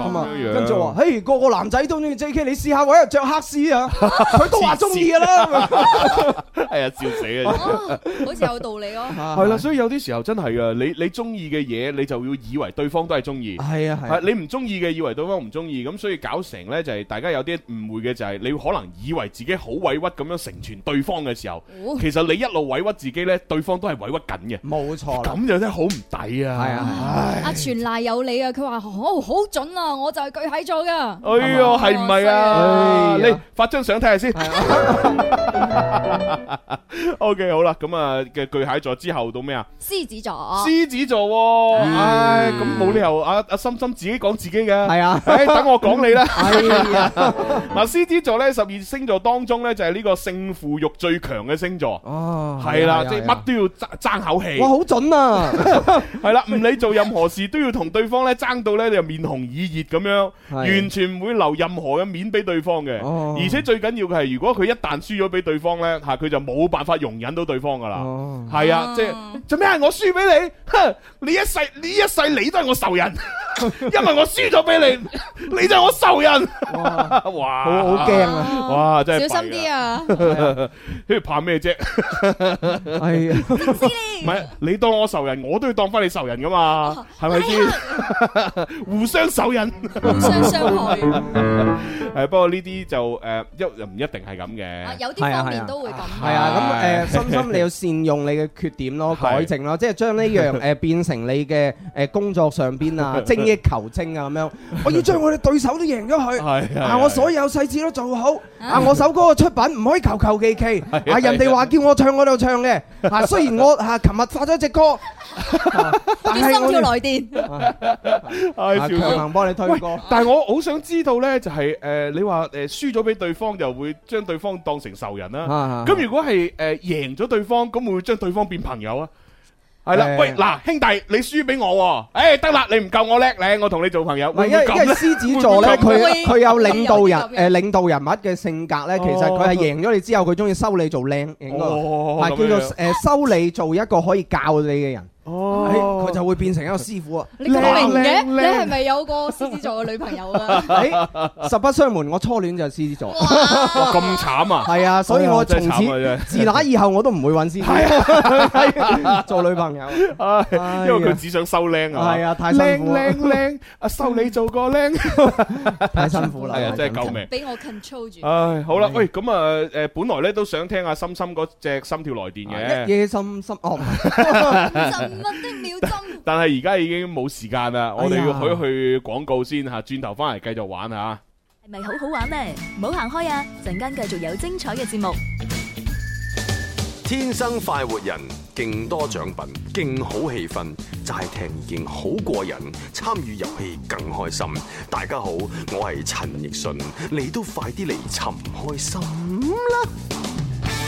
咁啊
咁樣，
跟住我話，嘿，個個男仔都中意 J.K.，你試下揾人着黑 絲啊，佢都話中意噶啦。
係啊，笑死啊！
哦，好似有道理 咯。
係啦，所以有啲時候真係噶，你你中意嘅嘢，你就要以為對方都係中意。
係啊係
係
啊，
你唔中意嘅，以為對方唔中意，咁所以搞成呢，就係大家有啲誤會嘅，就係你可能以為自己好委屈咁樣成全對方嘅時候，
哦
其實你一路委屈自己呢，對方都係委屈緊嘅，
冇錯啦，
咁就真係好唔抵啊！
係啊係啊。
阿全賴有你啊！佢話好好準啊，我就係巨蟹座噶。
哎呦，係唔係啊？
哎呀
你發張相睇下先。O
啊
K，好啦，咁啊嘅巨蟹座之後到咩啊？
獅子
哦
座，
獅子座喎，
嗯
唉，咁冇理由阿阿心心自己講自己嘅。
係啊
唉，等我講你 啦。
係啊，
嗱，獅子座咧，十二星座當中咧，就係呢個勝負欲最強嘅星座。
哦，
係啦，
係啊
即係
係啊
乜都要爭爭口氣
哇，，好 準 啊！
係啦，唔理做任何事都要同對方咧爭到咧，就面紅耳熱咁樣，
係
完全唔會留任何嘅面俾對方嘅。
哦
而且最緊要嘅係，如果佢一旦輸咗俾對方咧，吓佢就冇辦法容忍到對方噶啦。
哦
係啊，即係做咩啊？我輸俾你，哼！你一世你一世你都係我仇人， 因為我輸咗俾你，你就係我仇人。
哇
哇，
好好驚啊！
哇，真係
小心啲
啊！
啊！
跟住怕咩啫？
係啊，
唔係你當我仇人，我都要當翻你仇人噶
哦
嘛，係咪先？互相仇人。
啊互相傷害，
係不過呢啲就誒一又唔一定係咁
啊
嘅。
有啲方面都會咁。
係啊，咁誒，心心你要善用你嘅缺點咯，
係
改正咯，即係將呢樣誒變成你嘅誒工作上邊啊，精益求精啊咁樣。我要將我哋對手都贏咗佢。
係
啊！我所有細節都做好，啊！我首歌嘅出品唔可以求求其其，啊！人哋話叫我唱我就唱嘅，啊！雖然我啊琴日發咗只 歌，啊但
要
係
心
我
跳
要
來電，
唉笑
啊強
死
行幫你推
喂
歌，，
但係我好想知道呢，就係誒你話誒輸咗俾對方，就會將對方當成仇人啦。
啊
咁如果係誒贏咗對方，咁會唔會將對方變朋友啊？係啦，
誒
喂嗱，兄弟，你輸俾我喎，誒得啦，你唔夠我叻咧，我同你做朋友，
唔係
會唔
因
會
為因
咁
為
咧？
獅子座
會
咧，
唔會
佢
咁
佢有領導
有啲咁嘅
人誒領導人物嘅性格咧，其實佢係贏咗你之後，佢中意收你做靚，應該
哦
係
咁
叫
樣
做誒收你做一個可以教你嘅人，
哦
哎佢就會變成一個師傅啊！
你咁明嘅，
靚靚
你係咪有個獅子座嘅女朋友啊？
誒實不相瞞，我初戀就係獅子座，
哇咁慘啊！
係啊，所以我從
真係慘啊
此。
真係
自那以後我都唔會揾師
à.
姐做女朋友，
唉因為佢只想收靚啊，
係啊太辛苦啦
靚靚靚，啊收你做個靚，
太辛苦啦。
係啊，真係救命！
俾我 control 住。
唉，好啦，喂，咁啊，誒，本來咧都想聽阿心心嗰隻心跳來電
哎
一
嘅，
夜心心 哦，唔係
神物的秒針，
但係而家已經冇時間啦，我哋
哎呀
要去一去廣告先嚇，轉頭翻嚟繼續玩啊嚇。
系咪好好玩呢？唔好行開啊！陣間繼續有精彩嘅節目。
天生快活人，勁多獎品，勁好氣氛，齋聽已經好過癮，參與遊戲更開心。大家好，我係陳奕迅，你都快啲嚟尋開心啦！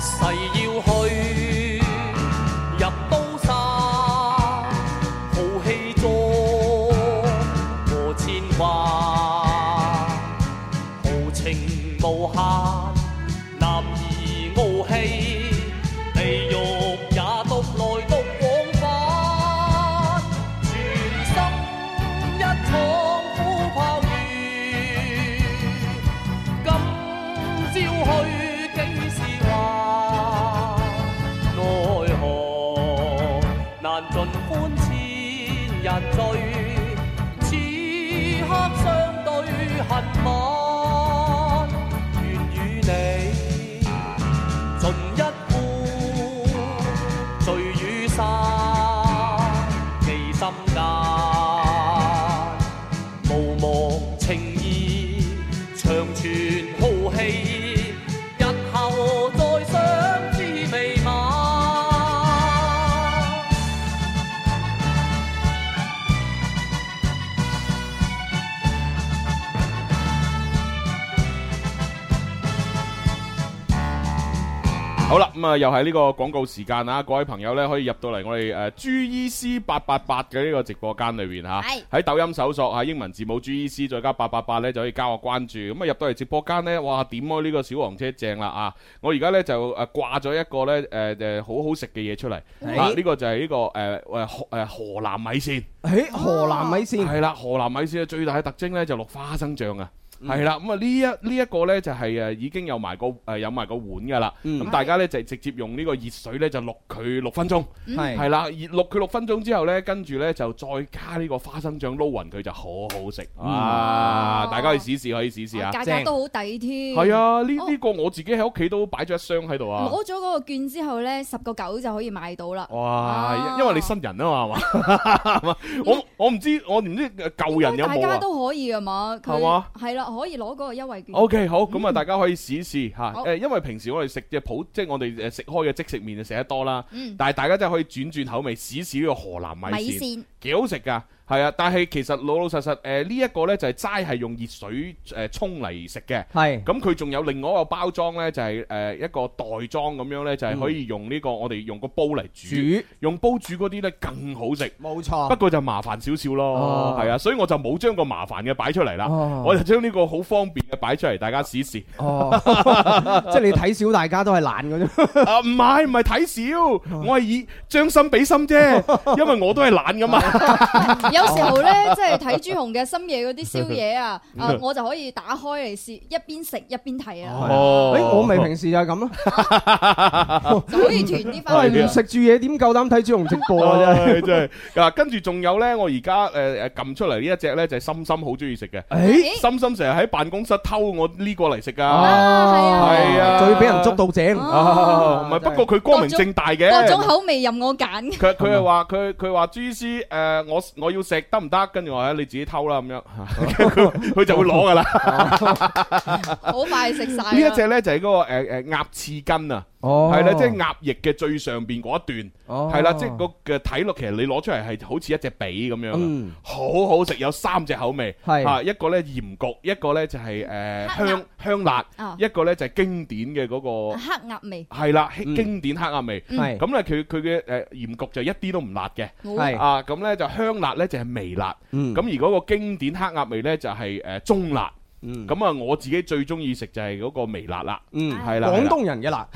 誓要去入刀山，豪氣壯和千掛，豪情無限，男兒
好啦，咁啊又係呢個廣告時間啊，各位朋友呢，可以入到嚟我哋诶 G E C 八八八嘅呢個直播間裏边吓，喺抖音搜索吓英文字母 G E C 再加八八八呢，就可以加我關注。咁啊入到嚟直播間呢，哇點啊開呢個小黃車正啦啊！我而家呢，就诶掛咗一個呢，诶诶好好食嘅嘢出嚟，
係
啊呢個就係呢個诶诶河诶河南米線。
诶，河南米線
係啦，河南米線嘅最大嘅特徵咧就落花生醬啊。係啦，咁啊呢一呢一個咧就係呃誒已經有埋個誒有埋個碗噶啦，咁大家咧就直接用呢個熱水咧就淥佢六分鐘，
嗯係
係啦，熱淥佢六分鐘之後咧，跟住咧就再加呢個花生醬撈勻佢就好好食，啊！大家可以試試可以試試啊，
價格都好抵添。
係啊，呢呢個我自己喺屋企都擺咗一箱喺度啊，
攞咗嗰個券之後咧，十個九就可以買到啦。
哇！因因為你新人啊嘛，係嘛，我 我唔知我唔知舊人有
大
冇
家
啊。
都可以噶嘛？佢
係嘛？
係啦，可以攞嗰個優惠券。
O K，好，咁啊，大家可以試一試嚇。
好
誒，因為平時我哋食嘅普，即係我哋誒食開嘅即食麵就食得多啦
嗯。
但係大家真係可以轉轉口味，試一試呢個河南米
米
線
線，
幾好食㗎。係啊，但係其實老老實實誒呢一個呢，就係齋係用熱水誒沖嚟食嘅。
係
咁佢仲有另外一個包裝呢，就係誒一個袋裝咁樣呢，就係可以用呢個我哋用個煲嚟煮
嗯煮，
用煲煮嗰啲呢更好食。
冇
不
錯。
過就麻煩少少咯
哦，
係啊，所以我就冇將個麻煩嘅擺出嚟啦，
哦
我就將呢個好方便嘅擺出嚟，大家試試。
哦， 即係你睇少大家都係懶嘅啫。
啊，唔係唔係睇 少，我係以將心比心 啫，因為我都係懶噶嘛。
有時候咧，即係睇朱紅嘅深夜嗰啲宵夜啊，啊，我就可以打開嚟試，一邊食一邊睇啊，
哦
誒，我咪平時就係咁咯。
就可以囤啲
我
翻
係
係
嘅
唔食住嘢，點夠膽睇朱紅直播 啊？真係。
唉 真係嗱，跟住仲有呢，我而家誒誒撳出嚟呢一隻呢，就係心心好中意食嘅，
誒
心心成日喺辦公室偷我呢個嚟食噶。
啊
係啊
仲要俾人捉到井。
哦，唔係，不過佢光明正大嘅，
各種口味任我揀。
佢佢係話佢佢話朱師誒，我我要食得唔得？跟住我話哎你自己偷啦 咁樣， 佢佢就會攞噶啦。
好快食晒啦。
呢一隻呢就係嗰個誒誒鴨翅筋啊，
哦
係啦，即係鴨翼嘅最上邊嗰一段，
哦
係啦，即係個嘅睇落其實你攞出嚟係好似一隻髀咁樣嘅
嗯，
好好食，有三隻口味，
係
啊一個呢鹽焗，一個呢就係誒
黑鴨
香香辣
哦，啊
一個呢就係經典嘅嗰個。
黑鴨味，
係啦，經典黑鴨味，
嗯係
咁呢，佢佢嘅誒鹽焗就一啲都唔辣嘅，
係
啊，咁咧就香辣咧就係微辣，
嗯
咁而嗰個經典黑鴨味咧就係誒中辣，
嗯
咁啊我自己最中意食就係嗰個微辣啦，
嗯
係啦，
廣東人 嘅辣。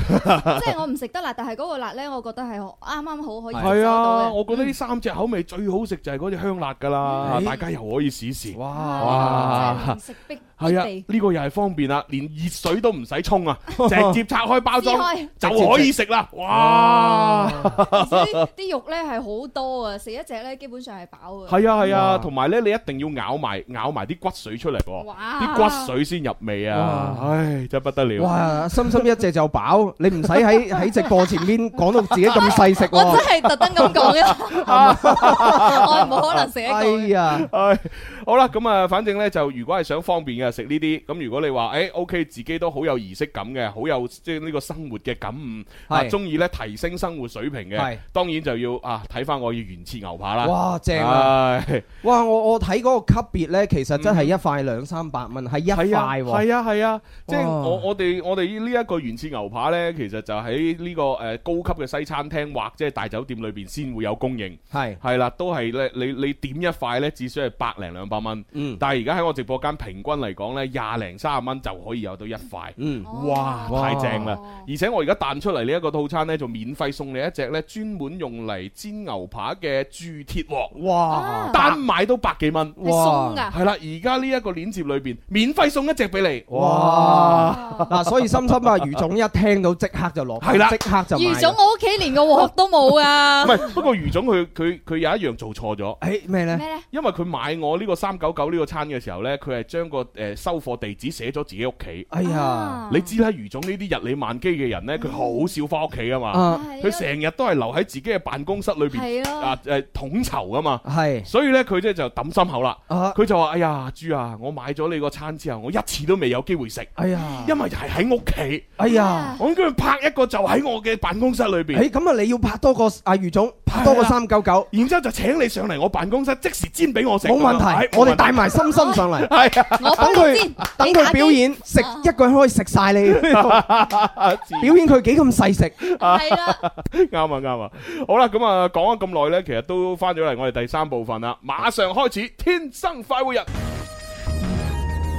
即係我唔食得辣，但係嗰個辣咧，我覺得係啱啱 好可以接
係
受
啊，
到嘅。
我覺得呢三隻口味最好食就係嗰隻香辣噶啦，
嗯
大家又可以試試。
哇！真係零食逼
係啊，
必備
呢個又係方便啦，連熱水都唔使沖 啊，直接拆開包裝
撕開
就可以食啦，哇！
而且啲啲肉咧係好多啊，食一隻咧基本上係 飽嘅。
係啊係啊，
哇
同埋咧你一定要咬埋咬埋啲骨髓出嚟喎，
哇！
啲骨髓先入味啊，
哇
唉，真係不得了。
哇！深深一隻就飽，你唔使喺喺直播前面講到自己咁細食
我真
喎。
係特登咁講嘅， 我係冇可能食一個
哎
嘅。
呀，
唉，好啦，咁啊，反正呢，就如果係想方便嘅食呢啲，咁如果你話誒 OK，自己都好有儀式感嘅，好有即係呢個生活嘅感悟，啊，
係
中意呢提升生活水平嘅
係，
當然就要啊睇翻我要原切牛扒啦。
哇正啊！
唉！嗯
哇！我我睇嗰個級別咧，其實真係一塊兩三百蚊，係一塊
係啊，
喎。
係啊，係啊，即係
哇
我我哋我哋呢一個原始牛扒呢，其實就喺呢個誒高級嘅西餐廳或者係大酒店裏邊先會有供應。
係
係啦，都係咧，你你點一塊咧，至少係百零兩百蚊。
嗯
但係而家喺我直播間平均嚟講咧，廿零三十蚊就可以有到一塊。
嗯
哇，
哇
太正啦！而且我而家彈出嚟呢一個套餐咧，就免費送你一隻咧專門用嚟煎牛扒嘅鑄鐵鍋，
哇
單買都百幾蚊。
啊係鬆㗎。
係啦，而家呢一個鏈接裏邊免費送一隻俾你。
哇！嗱，所以深深啊，余總一聽到即刻就落，
係啦
即刻就買
余總，我屋企連個鑊都冇啊
唔！係，不過余總佢佢佢有一樣做錯咗。
誒哎咩咧？
咩咧？
因為佢買我呢個三九九呢個餐嘅時候呢，佢係將個誒收貨地址寫咗自己屋企。
哎呀，
啊
你知啦，余總呢啲日理萬機嘅人呢，佢好少翻屋企啊嘛，
啊
嗯係啊
佢成日都係留喺自己嘅辦公室裏邊
係咯
啊誒統籌啊嘛，
係
所以呢，佢即係就抌心口啦。
啊，
佢就話：哎呀，豬啊，我買咗你個餐之後，我一次都未有機會食，
哎呀，
因為係喺屋企，
哎呀，
我應該拍一個就喺我嘅辦公室裏邊，
誒咁啊，你要拍多個阿余總，拍多個
係啊
三九九，
然之後就請你上嚟我辦公室即時煎俾我食。
冇問
哎
題，我哋帶。埋深深上
冇
嚟。
問題係啊
我幫
佢等佢表演，食一個人可以食 晒你。
啊
表演佢幾咁細食，
系啦， 啱啊啱啊，好啦，咁啊講咗咁耐呢，其實都翻咗嚟我哋第三部分啦，馬上開始天生快活人。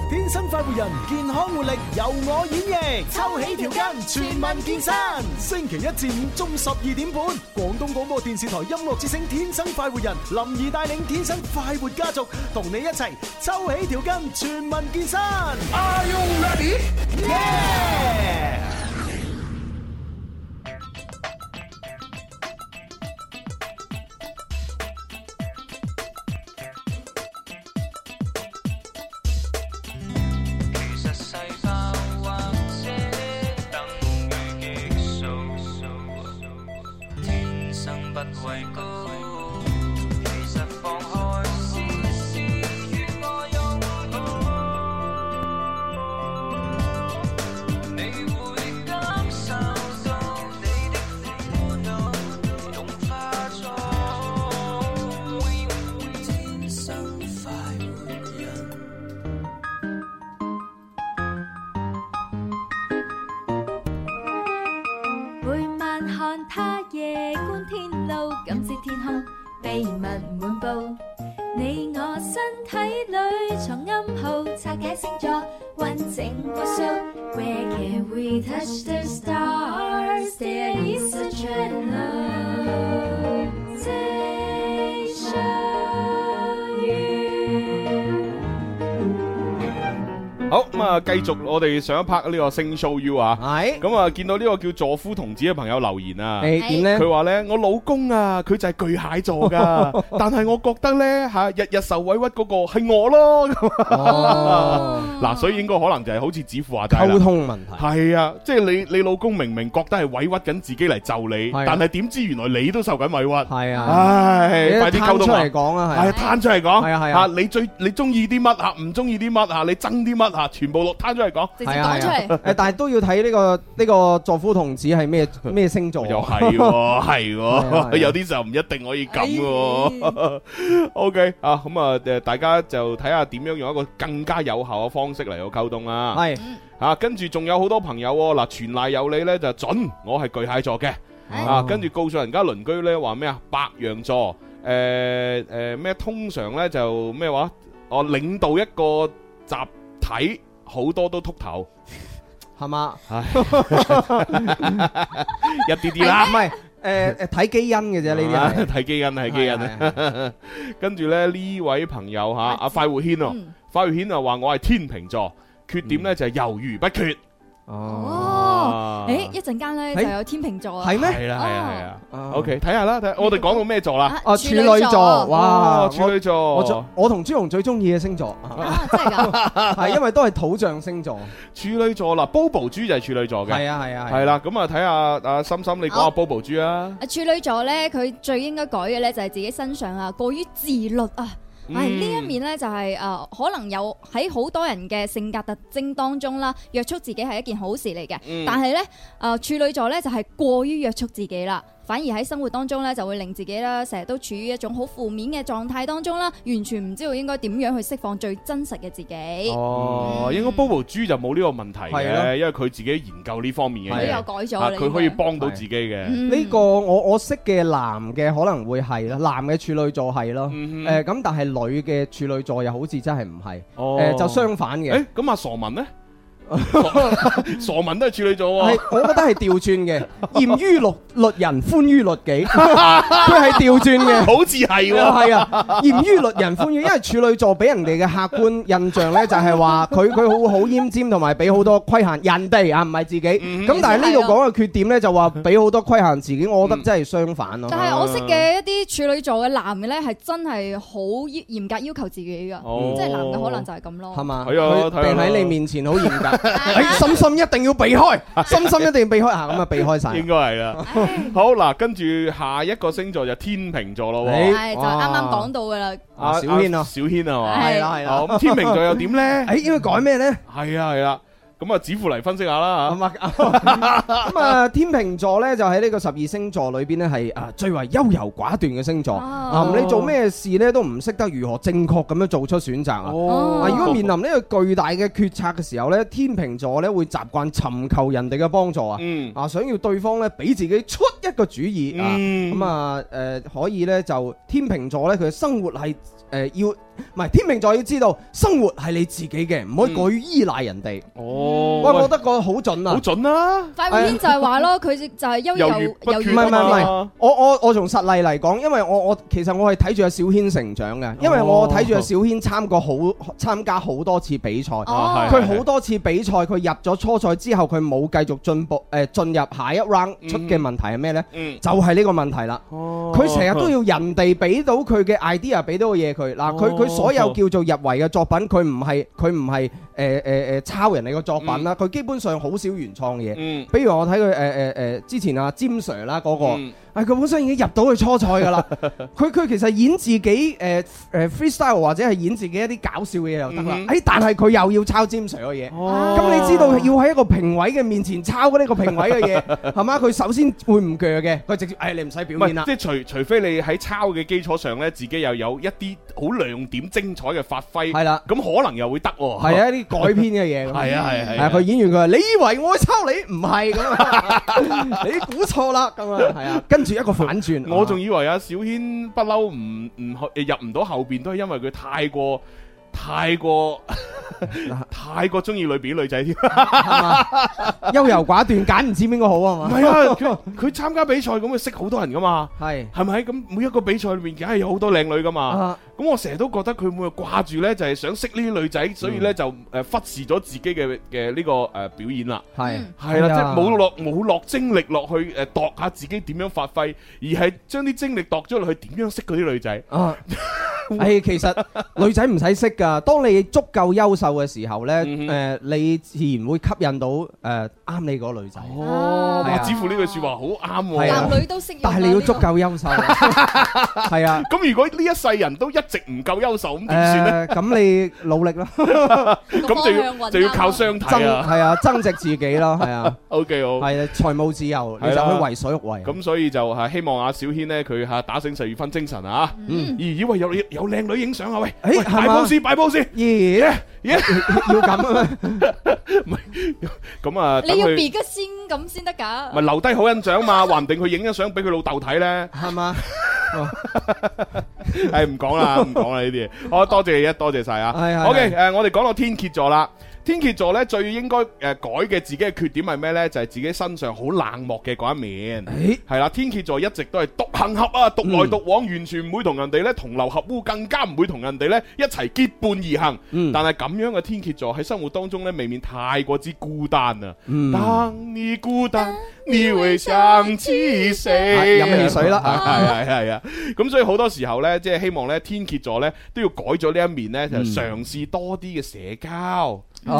天生快活人，健康活力由我演繹。抽起條筋，全民健身。星期一至五中午十二點半，廣東廣播電視台音樂之聲《天生快活人》，林怡帶領天生快活家族，同你一齊抽起條筋，全民健身。Are you ready? Yeah!
實細胞或者等於激素，天生不畏高。其實放開試試，與我擁抱，你會感受到你的苦惱，融化咗。天生快活人。
每晚看他夜觀天路，感知天空秘密滿布。你我身體裏藏暗號，拆解星座，完整個 show。Where can we touch the stars? There is a translation.
好咁啊，繼續我哋上一 part 呢個星 show you 啊，
係
咁啊，見到呢個叫助夫童子嘅朋友留言啊，
誒點呢
佢話呢，我老公啊，佢就係巨蟹座噶， 但係我覺得呢，吓日日受委屈嗰個係我咯，啊
哦
咁嗱，所以應該可能就係好似子父話齋啦
溝通問題。
係啊，即係你你老公明明覺得係委屈緊自己嚟就你，
啊
但係點知原來你都受緊委屈，係
啊
唉
你，
快啲溝
攤
通
出
啊
嚟講啊係啊
係啊，攤出嚟講，
係啊係啊
你最你中意啲乜啊，唔中意啲乜啊，你憎啲乜啊，全部落攤出嚟講，
係啊係 啊誒但係都要睇呢個呢個助夫童子 係咩咩星 座。啊
又係喎，係
係啊
喎，有啲時候唔一定可以咁喎。OK 啊，咁啊，誒，大家就睇下點樣用一個更加有效嘅方式嚟到溝通啦。
係
啊，跟住仲有好多朋友喎嗱，全賴有你呢，就準，我係巨蟹座嘅。啊，跟住告訴人家鄰居呢，話咩啊，白羊座，誒誒咩，通常呢，就咩話，哦，領導一個集體好多都禿頭。
係嘛？
唉， 一啲啲啦，
唔係誒誒睇基因嘅啫呢啲係。啊
睇基因睇基因。跟住咧呢位朋友吓，阿快活軒啊，
嗯
快活軒啊話我係天秤座，缺點咧就係猶豫不決。
哦
哦
啊，
诶，一陣間咧就有天秤座啊，
係啦係啦係啦。OK，睇下啦，睇下我哋講到咩座啦？
哦，嗯處女座，哇！
哦處女座，
我最我同朱紅最中意嘅星座， 係因為都係土象星座，
處女座啦，Bobo 豬就係處女座嘅。
係啊係啊係啊
係啦，咁啊睇下阿心心你講下
好
Bobo 豬啊。
啊處女座咧，佢最應該改嘅咧就係自己身上啊過於自律啊。
嗯
唉，呢一面咧就係、呃可能有喺好多人嘅性格特徵當中啦，約束自己係一件好事嚟嘅。
嗯
但係咧，誒、處女座咧就係、過於約束自己啦，反而喺生活當中咧就會令自己啦，成日都處於一種好負面嘅狀態當中啦，完全唔知道應該點樣去釋放最真實嘅自己。嗯
哦，應該 Bobo 豬就冇呢個問題
係咯
嘅，因為佢自己研究呢方面嘅嘢，
佢又改咗
啊
啦
佢可以幫到自己嘅。
呢個我我識嘅男嘅可能會係啦，男嘅處女座係咯，
嗯
誒咁但係女嘅處女座又好似真係唔係，
哦
誒就相反嘅
誒。咁啊，傻文 呢？傻文都係處女座
係
喎。，
我覺得係調轉 嘅，嚴於律律人，寬於律己，佢係調轉嘅，
好似係喎
係啊，嚴於律人，寬於，因為處女座俾人哋嘅客觀印象咧，就 係話佢佢好好奄尖，同埋俾好多規限人哋啊，唔係自己。
嗯
咁但係呢度
啊
講嘅缺點咧，就話俾好多規限自己，我覺
嗯
得真係相反咯。
但係我識嘅一啲處女座嘅男嘅咧，係真係好嚴格要求自己㗎，
哦
即係男嘅可能就係咁咯。
係嘛？
係啊
佢
睇下
病
啦
喺你面前好嚴 格，誒深深一定要 避開，深深一定要避開啊！咁啊，避開晒。
應該係啦。好嗱，跟住下一個星座就天秤座咯喎。
係就啱啱講到㗎啦。
啊
小軒啊
小軒係嘛？
係啦係啦
哦咁天秤座又點咧？
誒，應該改咩咧？
係啊係啦，咁啊，指乎嚟分析下啦
吓。咁啊，天秤座咧就喺呢個十二星座裏邊咧係啊最為優柔寡斷嘅星座。啊，你做咩事咧都唔識得如何正確咁樣做出選擇啊！啊，如果面臨呢個巨大嘅決策嘅時候咧，天秤座咧會習慣尋求人哋嘅幫助啊。
嗯
啊，想要對方咧俾自己出一個主意啊。咁啊，誒可以咧就天秤座咧佢嘅生活係誒要。唔係天秤座要知道，生活係你自己嘅，唔可以過於依賴人哋。
哦
喂，我覺得個好準啊，啊好
準啦！
快活圈就係話咯，佢就係優柔
唔
又
係唔係唔係，我我我從實例嚟講，因為我我其實我係睇住阿小軒成長嘅，因為我睇住阿小軒參過好參加好多次比賽，
哦
佢好多次比賽佢入咗初賽之後，佢冇繼續進步誒進入下一 round 出嘅問題係咩呢？
嗯
就係呢個問題啦。佢成日都要人哋俾到佢嘅 idea，俾到嘅嘢佢嗱，佢佢所有叫做入圍嘅作品，佢唔係佢唔係誒誒誒抄人哋嘅作品啦，佢基本上好少原創嘢。
嗯
比如我睇佢呃誒誒誒之前啊詹 Sir 啦嗰個，
嗯
啊佢本身已經入到去初賽㗎啦， 佢佢其實演自己誒誒 freestyle 或者係演自己一啲搞笑嘅嘢
嗯
又得啦，誒但係佢又要抄詹 Sir 嘅嘢，咁你知道要喺一個評委嘅面前抄呢個評委嘅嘢係嘛？佢首先會唔鋸嘅，佢直接哎誒你唔使
唔
表面啦
係，。
啊
即係除除非你喺抄嘅基礎上咧，自己又有一啲好亮點、精彩嘅發揮，
係啦，
咁可能又會得喎。
係啊，一啲改編嘅嘢咁。
係啊係啊係啊
係佢演完佢話：你以為我抄你？唔係咁 啊，你估錯啦咁啊，係啊。跟住一個反轉，啊
我仲以為阿小軒不嬲唔唔去入唔到後邊，都係因為佢太過太 過太過中意裏邊啲女仔添。
優柔寡斷，揀唔知邊個好 啊
唔
嘛。
係啊，佢佢參加比賽咁，佢識好多人噶嘛。
係
係咪咁每一個比賽裏面，梗係有好多靚女噶嘛
啊？
咁我成日都覺得佢每個掛住呢，就係想識呢啲女仔，所以
嗯
呢，就誒忽視咗自己嘅嘅呢個誒表演啦。
係
係啦，
係
即係
啊
冇落冇落精力落去誒度下自己點樣發揮，而係將啲精力度咗落去點樣識嗰啲女仔。
啊！誒，其實女仔唔使識㗎。當你足夠優秀嘅時候呢，誒，你自然會吸引到誒啱你嗰個女仔。
哦，
係
哇！
啊
子乎呢句説話好啱喎。
係啊男女
都識用
但係你要足夠優秀。係啊。
咁如果呢一世人都一直唔夠優秀，咁點算呢？
誒，咁你努力 啦。
咁就要就要靠相
增
睇啊。
係啊，增值自己咯，係啊。
O K，好。
係啊，財務自由，你
係
就
啦
可以為所欲為。
咁所以就係希望阿小軒呢，佢嚇打醒十二分精神啊！咦以為有有靚女影相啊喂，喂
係
擺
嘛
pose 擺 pose，
咦
咦
要 咁啊？
咁啊，等
你要別
佢
嘅先咁先得㗎。
咪留低好印象嘛，話唔定佢影咗相俾佢老豆 睇咧。
係嘛？
係唔講啦，唔講啦呢啲嘢。好多謝你啊，多謝晒
係
啊。
係
OK，誒，我哋講到天蝎座啦。天蝎座呢，最應該誒改嘅自己嘅缺點係咩呢？就係自己身上好冷漠嘅嗰一面。係啦，天蝎座一直都係獨行俠啊，
嗯
獨來獨往，完全唔會同人哋呢同流合污，更加唔會同人哋呢一齊結伴而行。
嗯
但係咁樣嘅天蝎座喺生活當中呢，未免太過之孤單啊。
嗯
當你孤單，你會想起誰？
啊飲汽水啦
係哎係係係啊！咁所以好多時候呢，即係希望呢天蝎座呢都要改咗呢一面呢，
嗯
就嘗試多啲嘅社交。係
啊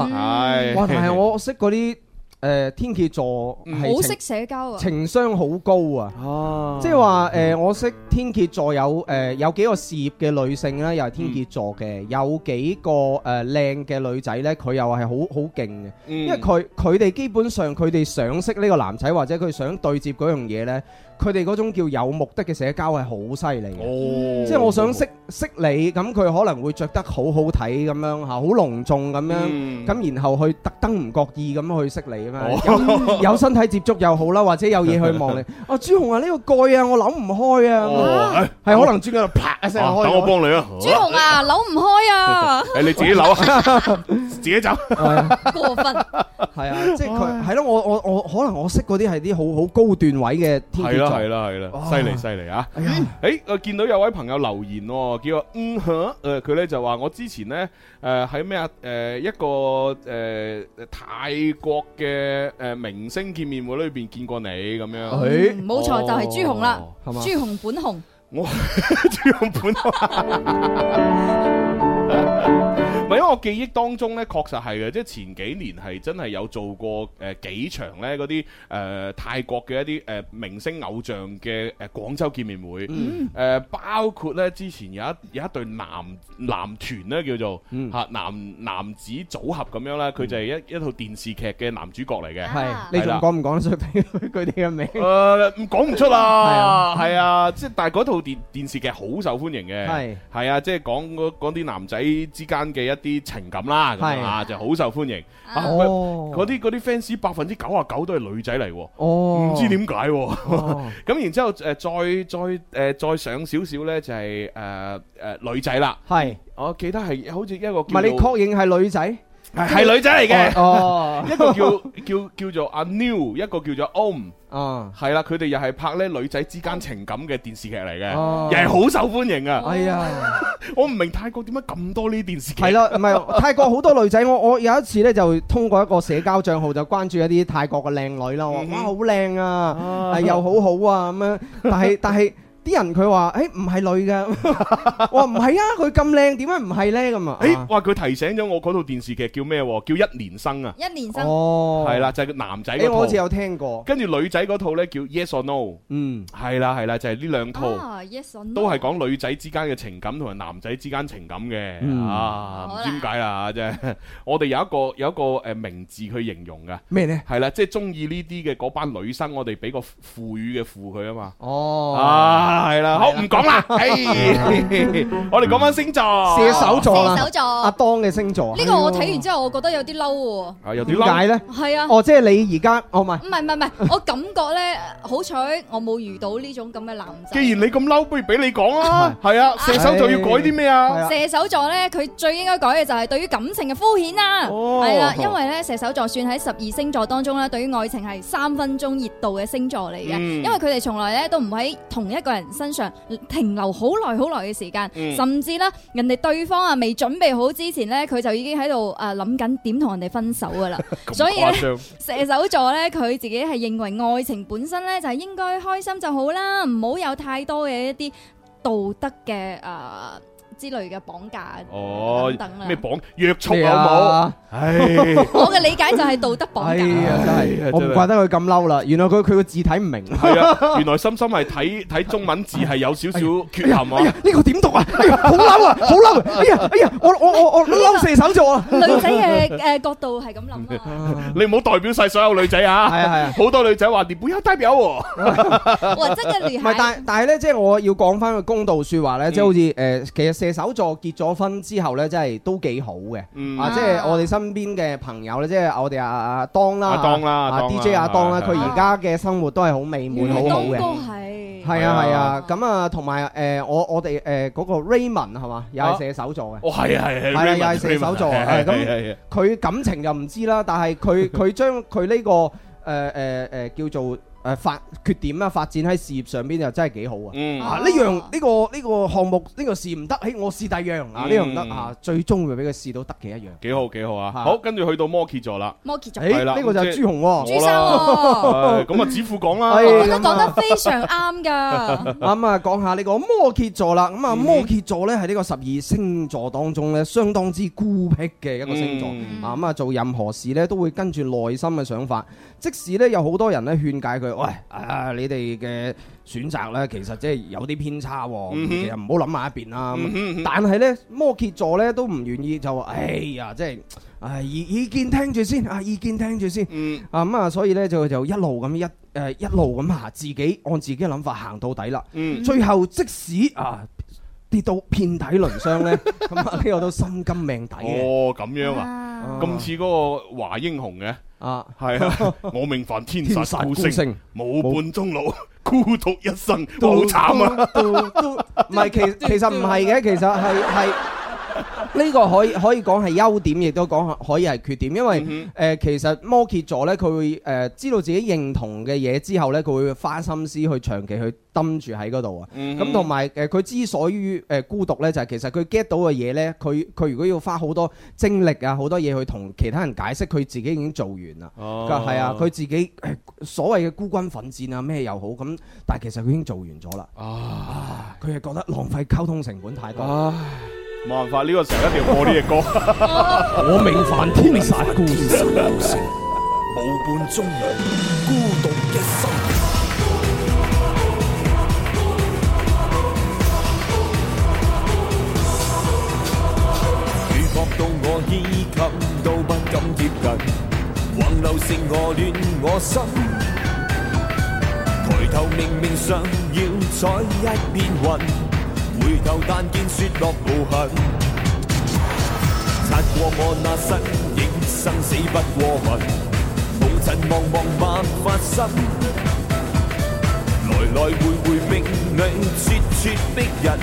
哇！但 係我識嗰啲誒天蝎座係
嗯好
情
識社交啊！
情商好高啊！
哦
即係話誒，我識天蝎座有誒、呃有幾個事業嘅女性咧，又係天蝎座
嗯
嘅，有幾個誒靚嘅女仔咧，佢又係好好勁嘅，
嗯
因為佢佢哋基本上佢哋想識呢個男仔或者佢想對接嗰樣嘢咧，佢哋嗰種叫有目的嘅社交係好犀利嘅。
哦
即係我想識識你，咁佢可能會着得好好睇咁樣嚇，好隆重咁樣，
嗯
咁、然後去特登唔覺意咁去識你咁樣，
哦
有有身體接觸又好啦，或者有嘢去望你。啊，朱
à,
紅啊，呢、個蓋啊，我諗唔開
哦
啊，
哎
係可能轉嗰度啪一聲
啊
開咗。
等我幫 你啊！
朱紅啊， 扭唔開啊，
誒你自己扭啊， 自己走。
啊
過分。
係啊，即係佢係咯，我我我可能我識嗰啲係啲好好高段位嘅天
係
蝎
啦
座
係。啦係啦，
哇
犀利犀利啊！誒，我見到有位朋友留言喎，叫做嗯哼，誒佢咧就話我之前咧誒喺咩啊誒一個誒泰國嘅誒明星見面會裏邊見過你咁樣，
嗯冇錯，就係朱紅啦
哦，
朱紅本紅。
我啊朱紅本。唔係因為喺我記憶當中呢，確實係嘅，即係前幾年係真係有做過誒、呃、幾場呢嗰啲誒泰國嘅一啲誒、呃明星偶像嘅誒、呃、廣州見面會，誒、呃
嗯
包括呢之前有一有一對男男團呢叫做嚇、
嗯
男男子組合咁樣啦，佢就係一一套電視劇嘅男主角嚟嘅，
係你仲
啦
講唔講得出佢佢哋嘅 名？
誒，唔講唔出
係啊
啦，係啊，即係但係嗰套電電視劇好受歡迎嘅，
係
係啊，即係講嗰講啲男仔之間嘅一啲情感啦，咁
係
啊就好受歡迎。啊
哦
嗰啲嗰啲 fans 百分之九啊九都係女仔嚟喎，
哦
唔知點解喎。 咁然之後誒再再誒再上少少咧就係誒誒女仔啦，
係
我記得係好似一個
唔係你
叫做
確認係女仔？
係係女仔嚟嘅，
哦，
一個叫叫叫做阿 New，一個叫做 Om，
啊，
係啦，佢哋又係拍咧女仔之間情感嘅電視劇嚟嘅，
哦
又係好受歡迎啊！
哎呀，
我唔明泰國點解咁多呢啲電視劇？
係啦，唔係啊泰國好多女仔，我 我有一次咧就通過一個社交帳號就關注一啲泰國嘅靚女啦，
嗯
我話哇好靚啊，係又好好啊咁樣，但係 但係。啲人佢話：，誒唔係女嘅， 我話唔係啊，佢咁靚，點解唔係咧咁啊？
誒，哇！佢提醒咗我嗰套電視劇叫咩喎？叫《一年生》啊！
一年生
哦
係啦，就係男仔嗰
誒，
套。
我好似有聽過。
跟住女仔嗰套呢，叫 Yes or No。
嗯，
係啦係啦，就係呢兩套。
啊，yes or no
都係講女仔之間嘅情感同埋男仔之間情感嘅、
嗯
啊，唔知點解啦，真係。 我哋有一個有一個誒名字去形容噶，
咩呢？
係啦，即係中意呢啲嘅嗰班女生，我哋俾個賦予嘅賦佢啊嘛。
哦
啊，係啦，好唔講啦， 哎我哋講翻星座，
射手座啦，
射手座
阿當嘅星座。啊
呢個我睇完之後，我覺得有啲嬲喎。
哎啊，有
點解咧？
係啊
哦，即係你而家，哦唔係
唔係唔係唔係，我感覺咧，好彩我冇遇到呢種咁嘅男仔。
既然你咁嬲，不如俾你講啦。係啊，射手座要改啲咩啊？
射手座咧，佢最應該改嘅就係對於感情嘅敷衍啦，
哦
係啦、因為咧射手座算喺十二星座當中咧，對於愛情係三分鐘熱度嘅星座嚟嘅，
嗯
因為佢哋從來咧都唔喺同一個人身上停留好耐好耐嘅時間，
嗯
甚至啦人哋對方啊未準備好之前咧，佢就已經喺度誒諗緊點同人哋分手 噶啦，所以咧
誇張
射手座咧佢自己係認為愛情本身咧就係應該開心就好啦，唔好有太多嘅一啲道德嘅誒。呃之類嘅綁架，
哦
等等，啦
咩綁約束
咩
有冇
啊？
唉，
我嘅理解就係道德
哎呀，
綁架。
真
真係
係，我唔怪得佢咁嬲啦。原來佢佢個字睇唔明。
係啊，原來心心係睇睇中文字係有
哎
少少缺陷啊。
呢個點讀啊？哎呀好嬲啊！好嬲！啊！哎呀，哎呀，我我我我嬲射手座啊！
女 仔嘅誒角度係咁
啊
諗啊咯，
你唔好代表晒所有女仔啊！係
啊係啊，
好多女仔話你不要代表我。
哇！真係
唔
厲
係，
害。
但但係咧，即係我要講翻個公道説話
嗯
咧，即係好似誒，其實射手座結咗婚之後咧，真係都幾好嘅。
嗯
啊，即係我哋身邊嘅朋友咧，即係我哋阿阿當啦，
阿當啦
啊
阿當啦
DJ 阿當
係
啦，
啊
佢而家嘅生活都係好美
嗯
滿，好好嘅。
係
係啊係啊，咁啊同埋誒我我哋誒嗰個 Raymond 係嘛，又係射手座嘅。
啊哦係啊係啊
係啊，
Raymond，
又係射手座。
Raymond，係
係
係
咁
係，啊
佢感情就唔知啦，但係佢佢將佢呢個誒誒誒叫做。誒發缺點啊，發展喺事業上邊就真係幾好啊！
嗯
啊呢樣呢個呢個項目呢個試唔得，誒我試第二樣啊，呢樣唔得
嗯
啊，最終會俾佢試到得嘅一樣。
幾好幾好啊！好，跟住去到摩羯座啦。
摩羯座
係啦
誒呢個就係
即係
朱紅喎，
我啦。係咁啊，子富講啦。
哎
我覺得講得非常啱㗎。
啱啊，講下呢個摩羯座啦。咁啊，
嗯
摩羯座咧係呢個十二星座當中咧，相當之孤僻嘅一個星座。
嗯
啊咁啊，做任何事咧都會跟住內心嘅想法。即使咧有好多人咧勸解佢，喂啊，你哋嘅選擇咧其實即係有啲偏差喎，
嗯哼
其實唔好諗埋一邊啦。咁啊
嗯哼嗯哼
但係咧，摩羯座咧都唔願意就話，哎呀，即係。啊意意見聽住先，啊意見聽住先，
嗯
啊咁啊，所以咧就就一路咁一誒、一路咁行，自己按自己嘅諗法行到底啦。
嗯
最後即使啊跌到遍體鱗傷 咧，咁啊呢個都心甘命抵嘅。
哦，咁樣啊，咁似嗰個華英雄嘅。
啊，
係啊，我命犯天
天
煞
煞
孤
孤
星
星，
無伴終老，孤獨一生，好慘啊！
唔係其其實唔係嘅，其實係係。呢個可以可以講係優點，亦都講可以係缺點，因為誒、
嗯
呃其實摩羯座呢，佢會誒、呃知道自己認同嘅嘢之後呢，佢會花心思去長期去蹲住喺嗰度啊。
嗯
咁同埋誒佢之所以誒、呃孤獨呢，就係、其實佢 get 到嘅嘢呢，佢佢如果要花好多精力啊，好多嘢去同其他人解釋，佢自己已經做完啦。
哦
佢係啊，佢自己 誒所謂嘅孤軍奮戰啊咩又好咁，但係其實佢已經做完咗啦。
啊，
佢係覺得浪費溝通成本太多。
冇辦法，呢個時候一定要播呢只 歌。
我明凡天殺故事。
無伴終老，孤獨一生。
預覺到我依近，都不敢接近，橫流成河亂我心。抬頭明明想要採一片雲，回頭但見雪落無痕。擦過我那身影，生死不過問，紅塵茫茫萬法生。來來回回命裏咄咄逼人，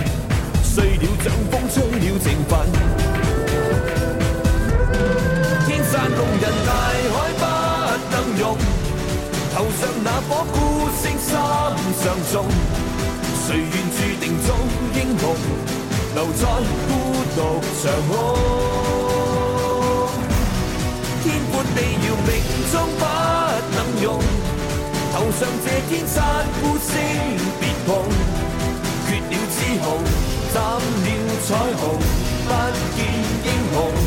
碎了掌風，吹了情份。
天山共人大海不能容，頭上那顆孤星心上中，誰願注定做英雄，留在孤獨長空。天闊地遙，命中不能容，頭上這天山孤星別碰，缺了紫虹，斬了彩虹，不見英雄。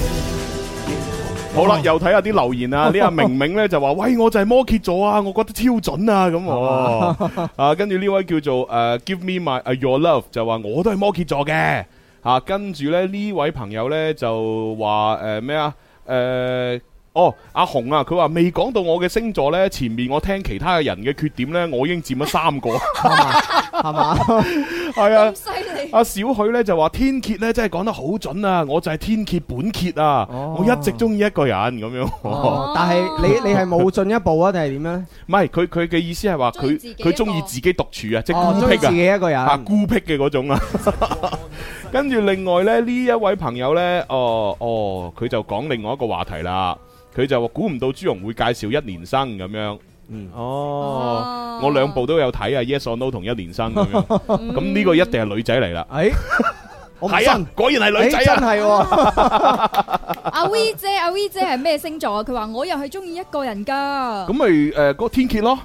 好啦，又睇下啲留言啊！呢阿明明咧就話：，喂，我就係摩羯座啊，我覺得超準啊！ 咁哦，啊，跟住呢位叫做誒 Give me my 啊 your love 就話我都係摩羯座嘅，啊，跟住咧呢位朋友咧就話誒咩啊誒。哦，阿紅啊，佢話未講到我嘅星座呢。前面我聽其他嘅人嘅缺點呢，我已經佔咗三個，係
嘛？
係啊，阿小許呢就話天蠍呢真係講得好準啊！我就係天蠍本蠍啊，我一直中意一個人咁樣。
哦但係你你係冇進一步啊，定係點樣咧？
唔係佢佢嘅意思係話佢佢中意自己獨處啊，即係
哦
孤
中
僻
意
啊，
自己一個人
啊孤僻嘅嗰 種啊。跟住另外咧，呢一位朋友呢，哦哦，佢就講另外一個話題啦。佢就話估唔到朱紅會介紹一年生咁樣。嗯，哦，我兩部都有睇啊，Yes or No 同一年生咁樣。 咁呢個一定係女仔嚟啦。
誒，
係啊，果然係女仔
誒
啊，
哎真係喎。
阿 V 姐，阿 V 姐係咩星座啊？佢話我又係中意一個人㗎。
咁咪誒嗰個天蠍咯，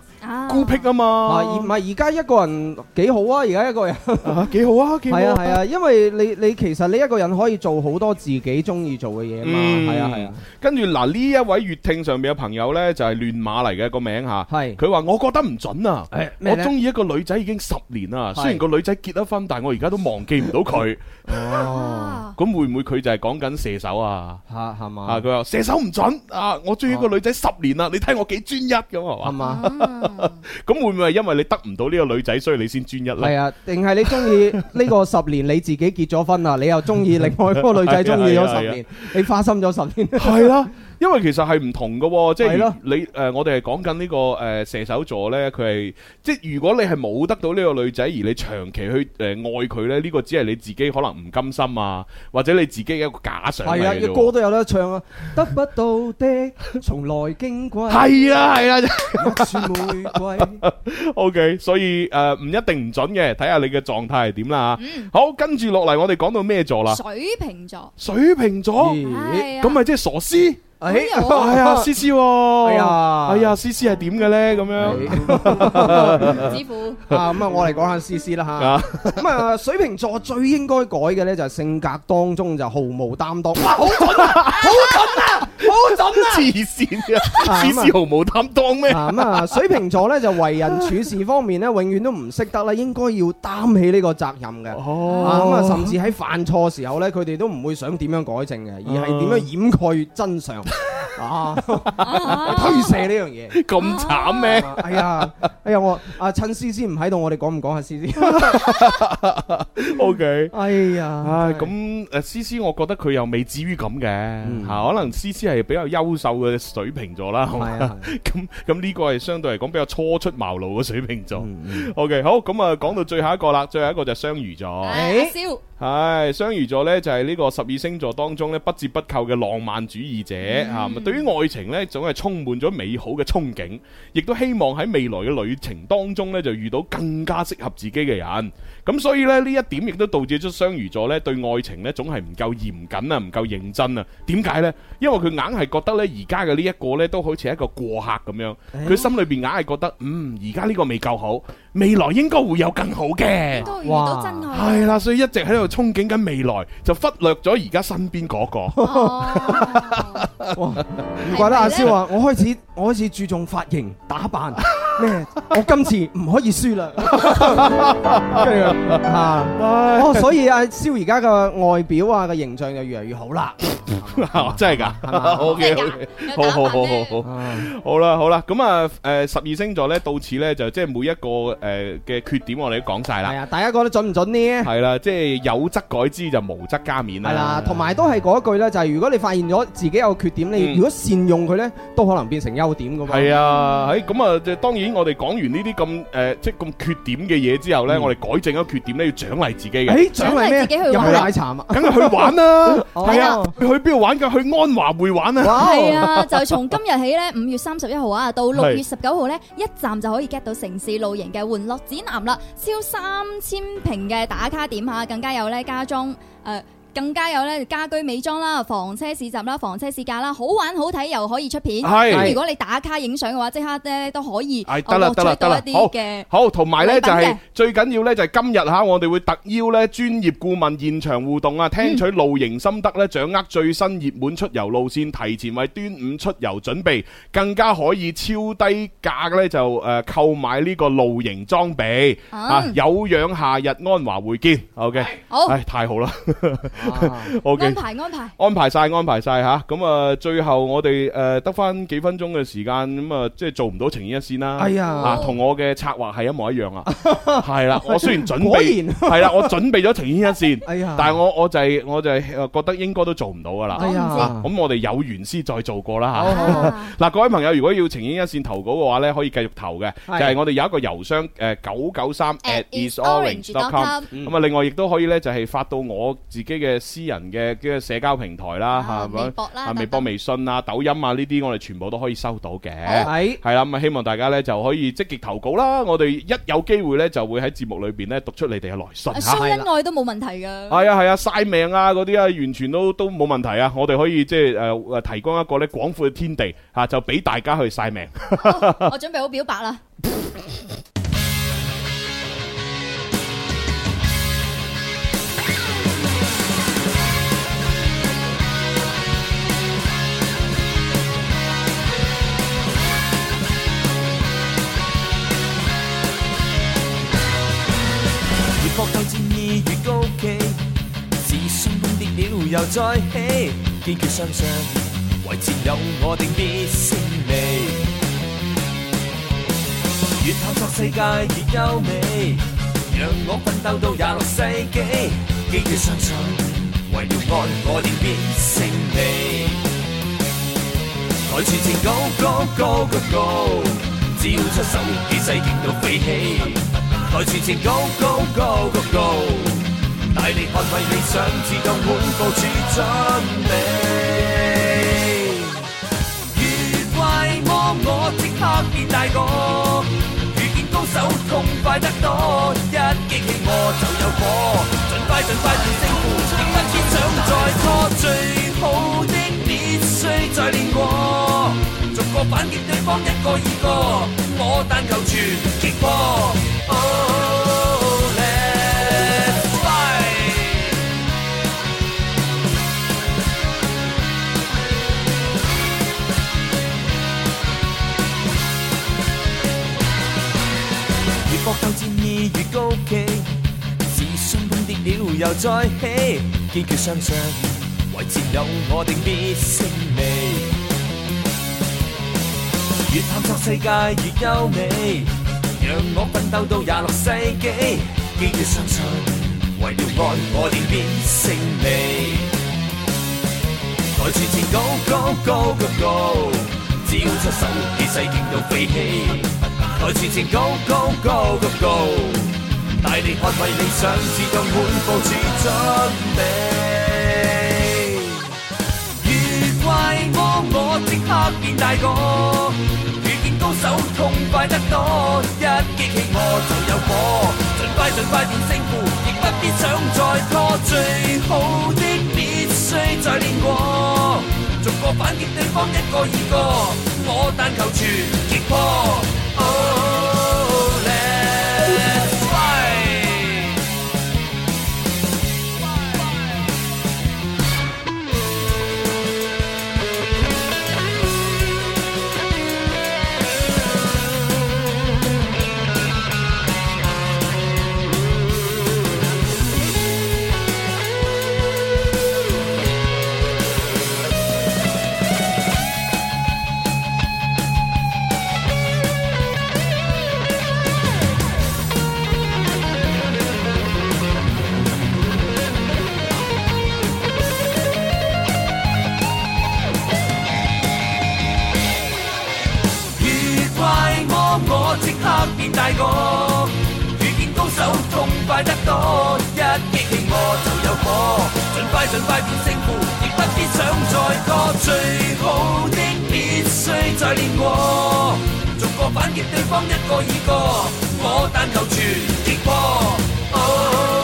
孤僻啊
啊，
嘛。
而唔係而家一個人幾好啊！而家一個人
幾好 啊，幾好啊
係啊係啊，因為你你其實你一個人可以做好多自己中意做嘅嘢啊嘛，
嗯
係啊係啊。。
跟住嗱，呢一位粵聽上面嘅朋友呢，就係亂馬嚟嘅個名吓，
係
佢話我覺得唔準啊
誒，咩
我
呢
中意一個女仔已經十年啦，
係
雖然個女仔結咗婚，但係我而家都忘記唔到佢。哦，咁會唔會佢就係講緊射手啊？
吓係嘛？
啊，佢話射手唔準啊，我
哦
中意一個女仔十年啦，你睇我幾專一咁係嘛？
嘛？
咁會唔會係因為你得唔到呢個女仔，所以你先專一呢？
係啊，定係你中 意呢個十年，你自己結咗婚啦，你又中意另外嗰個女仔，中意咗十
係啊係
年
啊，
你花心咗十年，
係啦，因為其實係唔同嘅喎，即
係
係
咯
你誒，我哋係講緊呢個誒射手座呢，佢係即係如果你係冇得到呢個女仔，而你長期去誒呃愛佢呢，呢個只係你自己可能唔甘心啊，或者你自己嘅一個假想嚟
係啊，
嘅啫
嘅
喎
歌都有得唱啊，得不到 的從來矜貴，
係啊係啊
一串玫 瑰。
OK，所以誒唔一定唔準嘅，睇下你嘅狀態係點啦嚇
嗯
好，跟住落嚟我哋講到咩座啦？
水瓶座，
水瓶座，
係啊
咁咪即係傻師。
哎呀
係啊，思思喎，
哎呀哎
哎呀，思思係點嘅咧？咁樣，
師傅
啊，咁啊，我嚟講下 C C 啦
啊
吓。咁啊，水瓶座最應該改嘅咧就係性格當中就毫無擔當。哇，好準啊，好準啊， 好準啊！
黐 線啊，思思毫無擔當咩？
啊咁啊，水瓶座咧就為人處事方面咧，永遠都唔識得啦，應該要擔起呢個責任嘅。
哦
啊咁啊，甚至喺犯錯時候咧，佢哋都唔會想點樣改正嘅，而係點樣掩蓋 真相啊，推卸呢樣嘢。
咁慘咩？
哎呀，哎呀，我啊趁思思唔喺度，我哋講唔講下思思？
O K，
哎呀，
唉，咁誒，思思，我覺得佢又未至於咁嘅嚇，可能思思係比較優秀嘅水瓶座啦，係嘛
嗯係啊
咁咁呢個係相對嚟講比較初出茅廬嘅水瓶座。O
嗯
K，好，咁啊，講到最後一個啦，最後一個就係雙魚座。
笑。
係雙魚座呢，就係呢個十二星座當中呢不折不扣嘅浪漫主義者啊！咁對於愛情呢，總係充滿咗美好嘅憧憬，亦都希望喺未來嘅旅程當中呢，就遇到更加適合自己嘅人。咁所以呢，呢一點亦都導致咗雙魚座呢對愛情呢，總係唔夠嚴謹啊，唔夠認真啊。點解呢？因為佢硬係覺得呢，而家嘅呢一個呢，都好似係一個過客咁樣，佢心裏邊硬係覺得嗯而家呢個未夠好，未來應該會有更好嘅。
遇到真愛。
係啦，所以一直喺度憧憬緊未來，就忽略咗而家身邊嗰 個。
唔怪得阿蕭話，我開始我開始注重髮型打 扮咩？我今次唔可以輸啦。跟住佢啊，哦，所以阿蕭而家嘅外表啊個形象就越嚟越好啦。
啊真係㗎，OK，好好好好好好啦好啦，咁啊誒十二星座咧，到此咧就即係每一個誒嘅缺點，我哋都講晒
係
啦。
啊，大家覺得準唔準呢？
係啦，即係有則改之，就無則加勉啦。
係啦，同埋都係嗰一句咧，就係如果你發現咗自己有缺點，你如果善用佢咧，都可能變成優點噶嘛。
嗯係啊，喺咁啊，即係當然我哋講完呢啲咁誒，即係咁缺點嘅嘢之後咧，我哋改正咗缺點咧，要獎勵自己嘅。
嗯誒獎勵咩獎勵自己去玩飲奶茶嘛
梗係去玩啦，
哦
係啊，去邊度玩㗎？去安華會玩啊！
係啊，就從今日起咧，五月三十一號啊，到六月
係
十九號咧，一站就可以 get 到城市露營嘅玩樂展覽啦，超三千平嘅打卡點嚇，更加有咧家裝誒。呃更加有咧家居美妝啦、房車市集啦、房車市價啦，好玩好睇又可以出片。
係
咁如果你打卡影相嘅話，即刻咧都可以
係哎得啦
哦
得啦
獲取
得
到
啦
一，
好
啲嘅
好，同埋咧
禮
就
品
係
嘅
最緊要咧就係今日啊嚇，我哋會特邀咧專業顧問現場互動啊，
嗯
聽取露營心得咧，掌握最新熱門出遊路線，提前為端午出遊準備，更加可以超低價咧就誒購買呢個露營裝備
哦
啊，有氧夏日安華會見，OK，
好
唉 太好啦，OK 啊
安。排安排。
安排晒，安排晒吓，咁啊，最後我哋誒得翻幾分鐘嘅時間，咁啊，即係做唔到情牽一線啦。
哎呀
啊，同我嘅策劃係一模一樣 啊。係啦，我雖然準
果
備
然
係啦，我準備咗情牽一線，
哎呀
但係我我就係我就係呃覺得應該都做唔到噶啦。
哎呀哦
啊咁我哋有緣先再做過啦
好好
吓。 嗱，各位朋友，如果要情牽一線投稿嘅話咧，可以繼續投嘅，就
係
係我哋有一個郵箱誒九九三 at isorange.com
isorange.com。
咁啊，另外亦都可以咧，就係發到我自己嘅私人嘅嘅社交平台啦，係咪？
微博啦
啊
等等
微博、微信啊、抖音啊呢啲，我哋全部都可以收到嘅。
好係
係啦，咁啊，希望大家咧就可以積極投稿啦。我哋一有機會咧，就會喺節目裏邊咧讀出你哋嘅來信嚇
相恩愛都冇問題㗎。
係啊係啊，晒命啊嗰啲啊，完全都都冇問題啊！我哋可以即係誒誒提供一個咧廣闊嘅天地嚇，就俾大家去晒命。啊
我準備好表白啦。
越搏鬥戰意越高企，自信崩跌了又再起，堅決相信為戰友我定必勝利。越探索世界越優美，讓我奮鬥到廿六世紀，堅決相信為了愛我定必勝利。台前前 go go go go go，只要出手氣勢勁到飛起。台前前 go go go go go，大力捍衞理想，自動滿部署準備。如怪我，我即刻變大個，遇見高手痛快得多，一激氣我就有火，盡快盡快戰勝負，敵不堅想再拖，最好的必須再練過，逐個反擊對方一個二個，我但求全擊破。Oh, let's fight！越搏鬥戰意越高企，自信碰跌了又再起，堅決相信為戰友我定必勝利。越探索世界越優美，讓我奮鬥到廿六世紀，堅決相信為了愛我定必勝利。台前前 go go go go go，只要出手氣勢勁到飛起。台前前 go go go go go，大力捍衞理想，自動滿部署準備。如怪我，我即刻變大個。遇見高手痛快得多，一激氣我就有火，盡快盡快變勝負，亦不必想再拖，最好的必須再練過，逐個反擊對方一個二個，我但求全擊破。Oh, let's 見大我，遇見高手痛快得多，一擊興我就有火，盡快盡快變勝負，亦不必想再拖，最好的必須再練過，逐個反擊對方一個二個，我但求全擊破。哦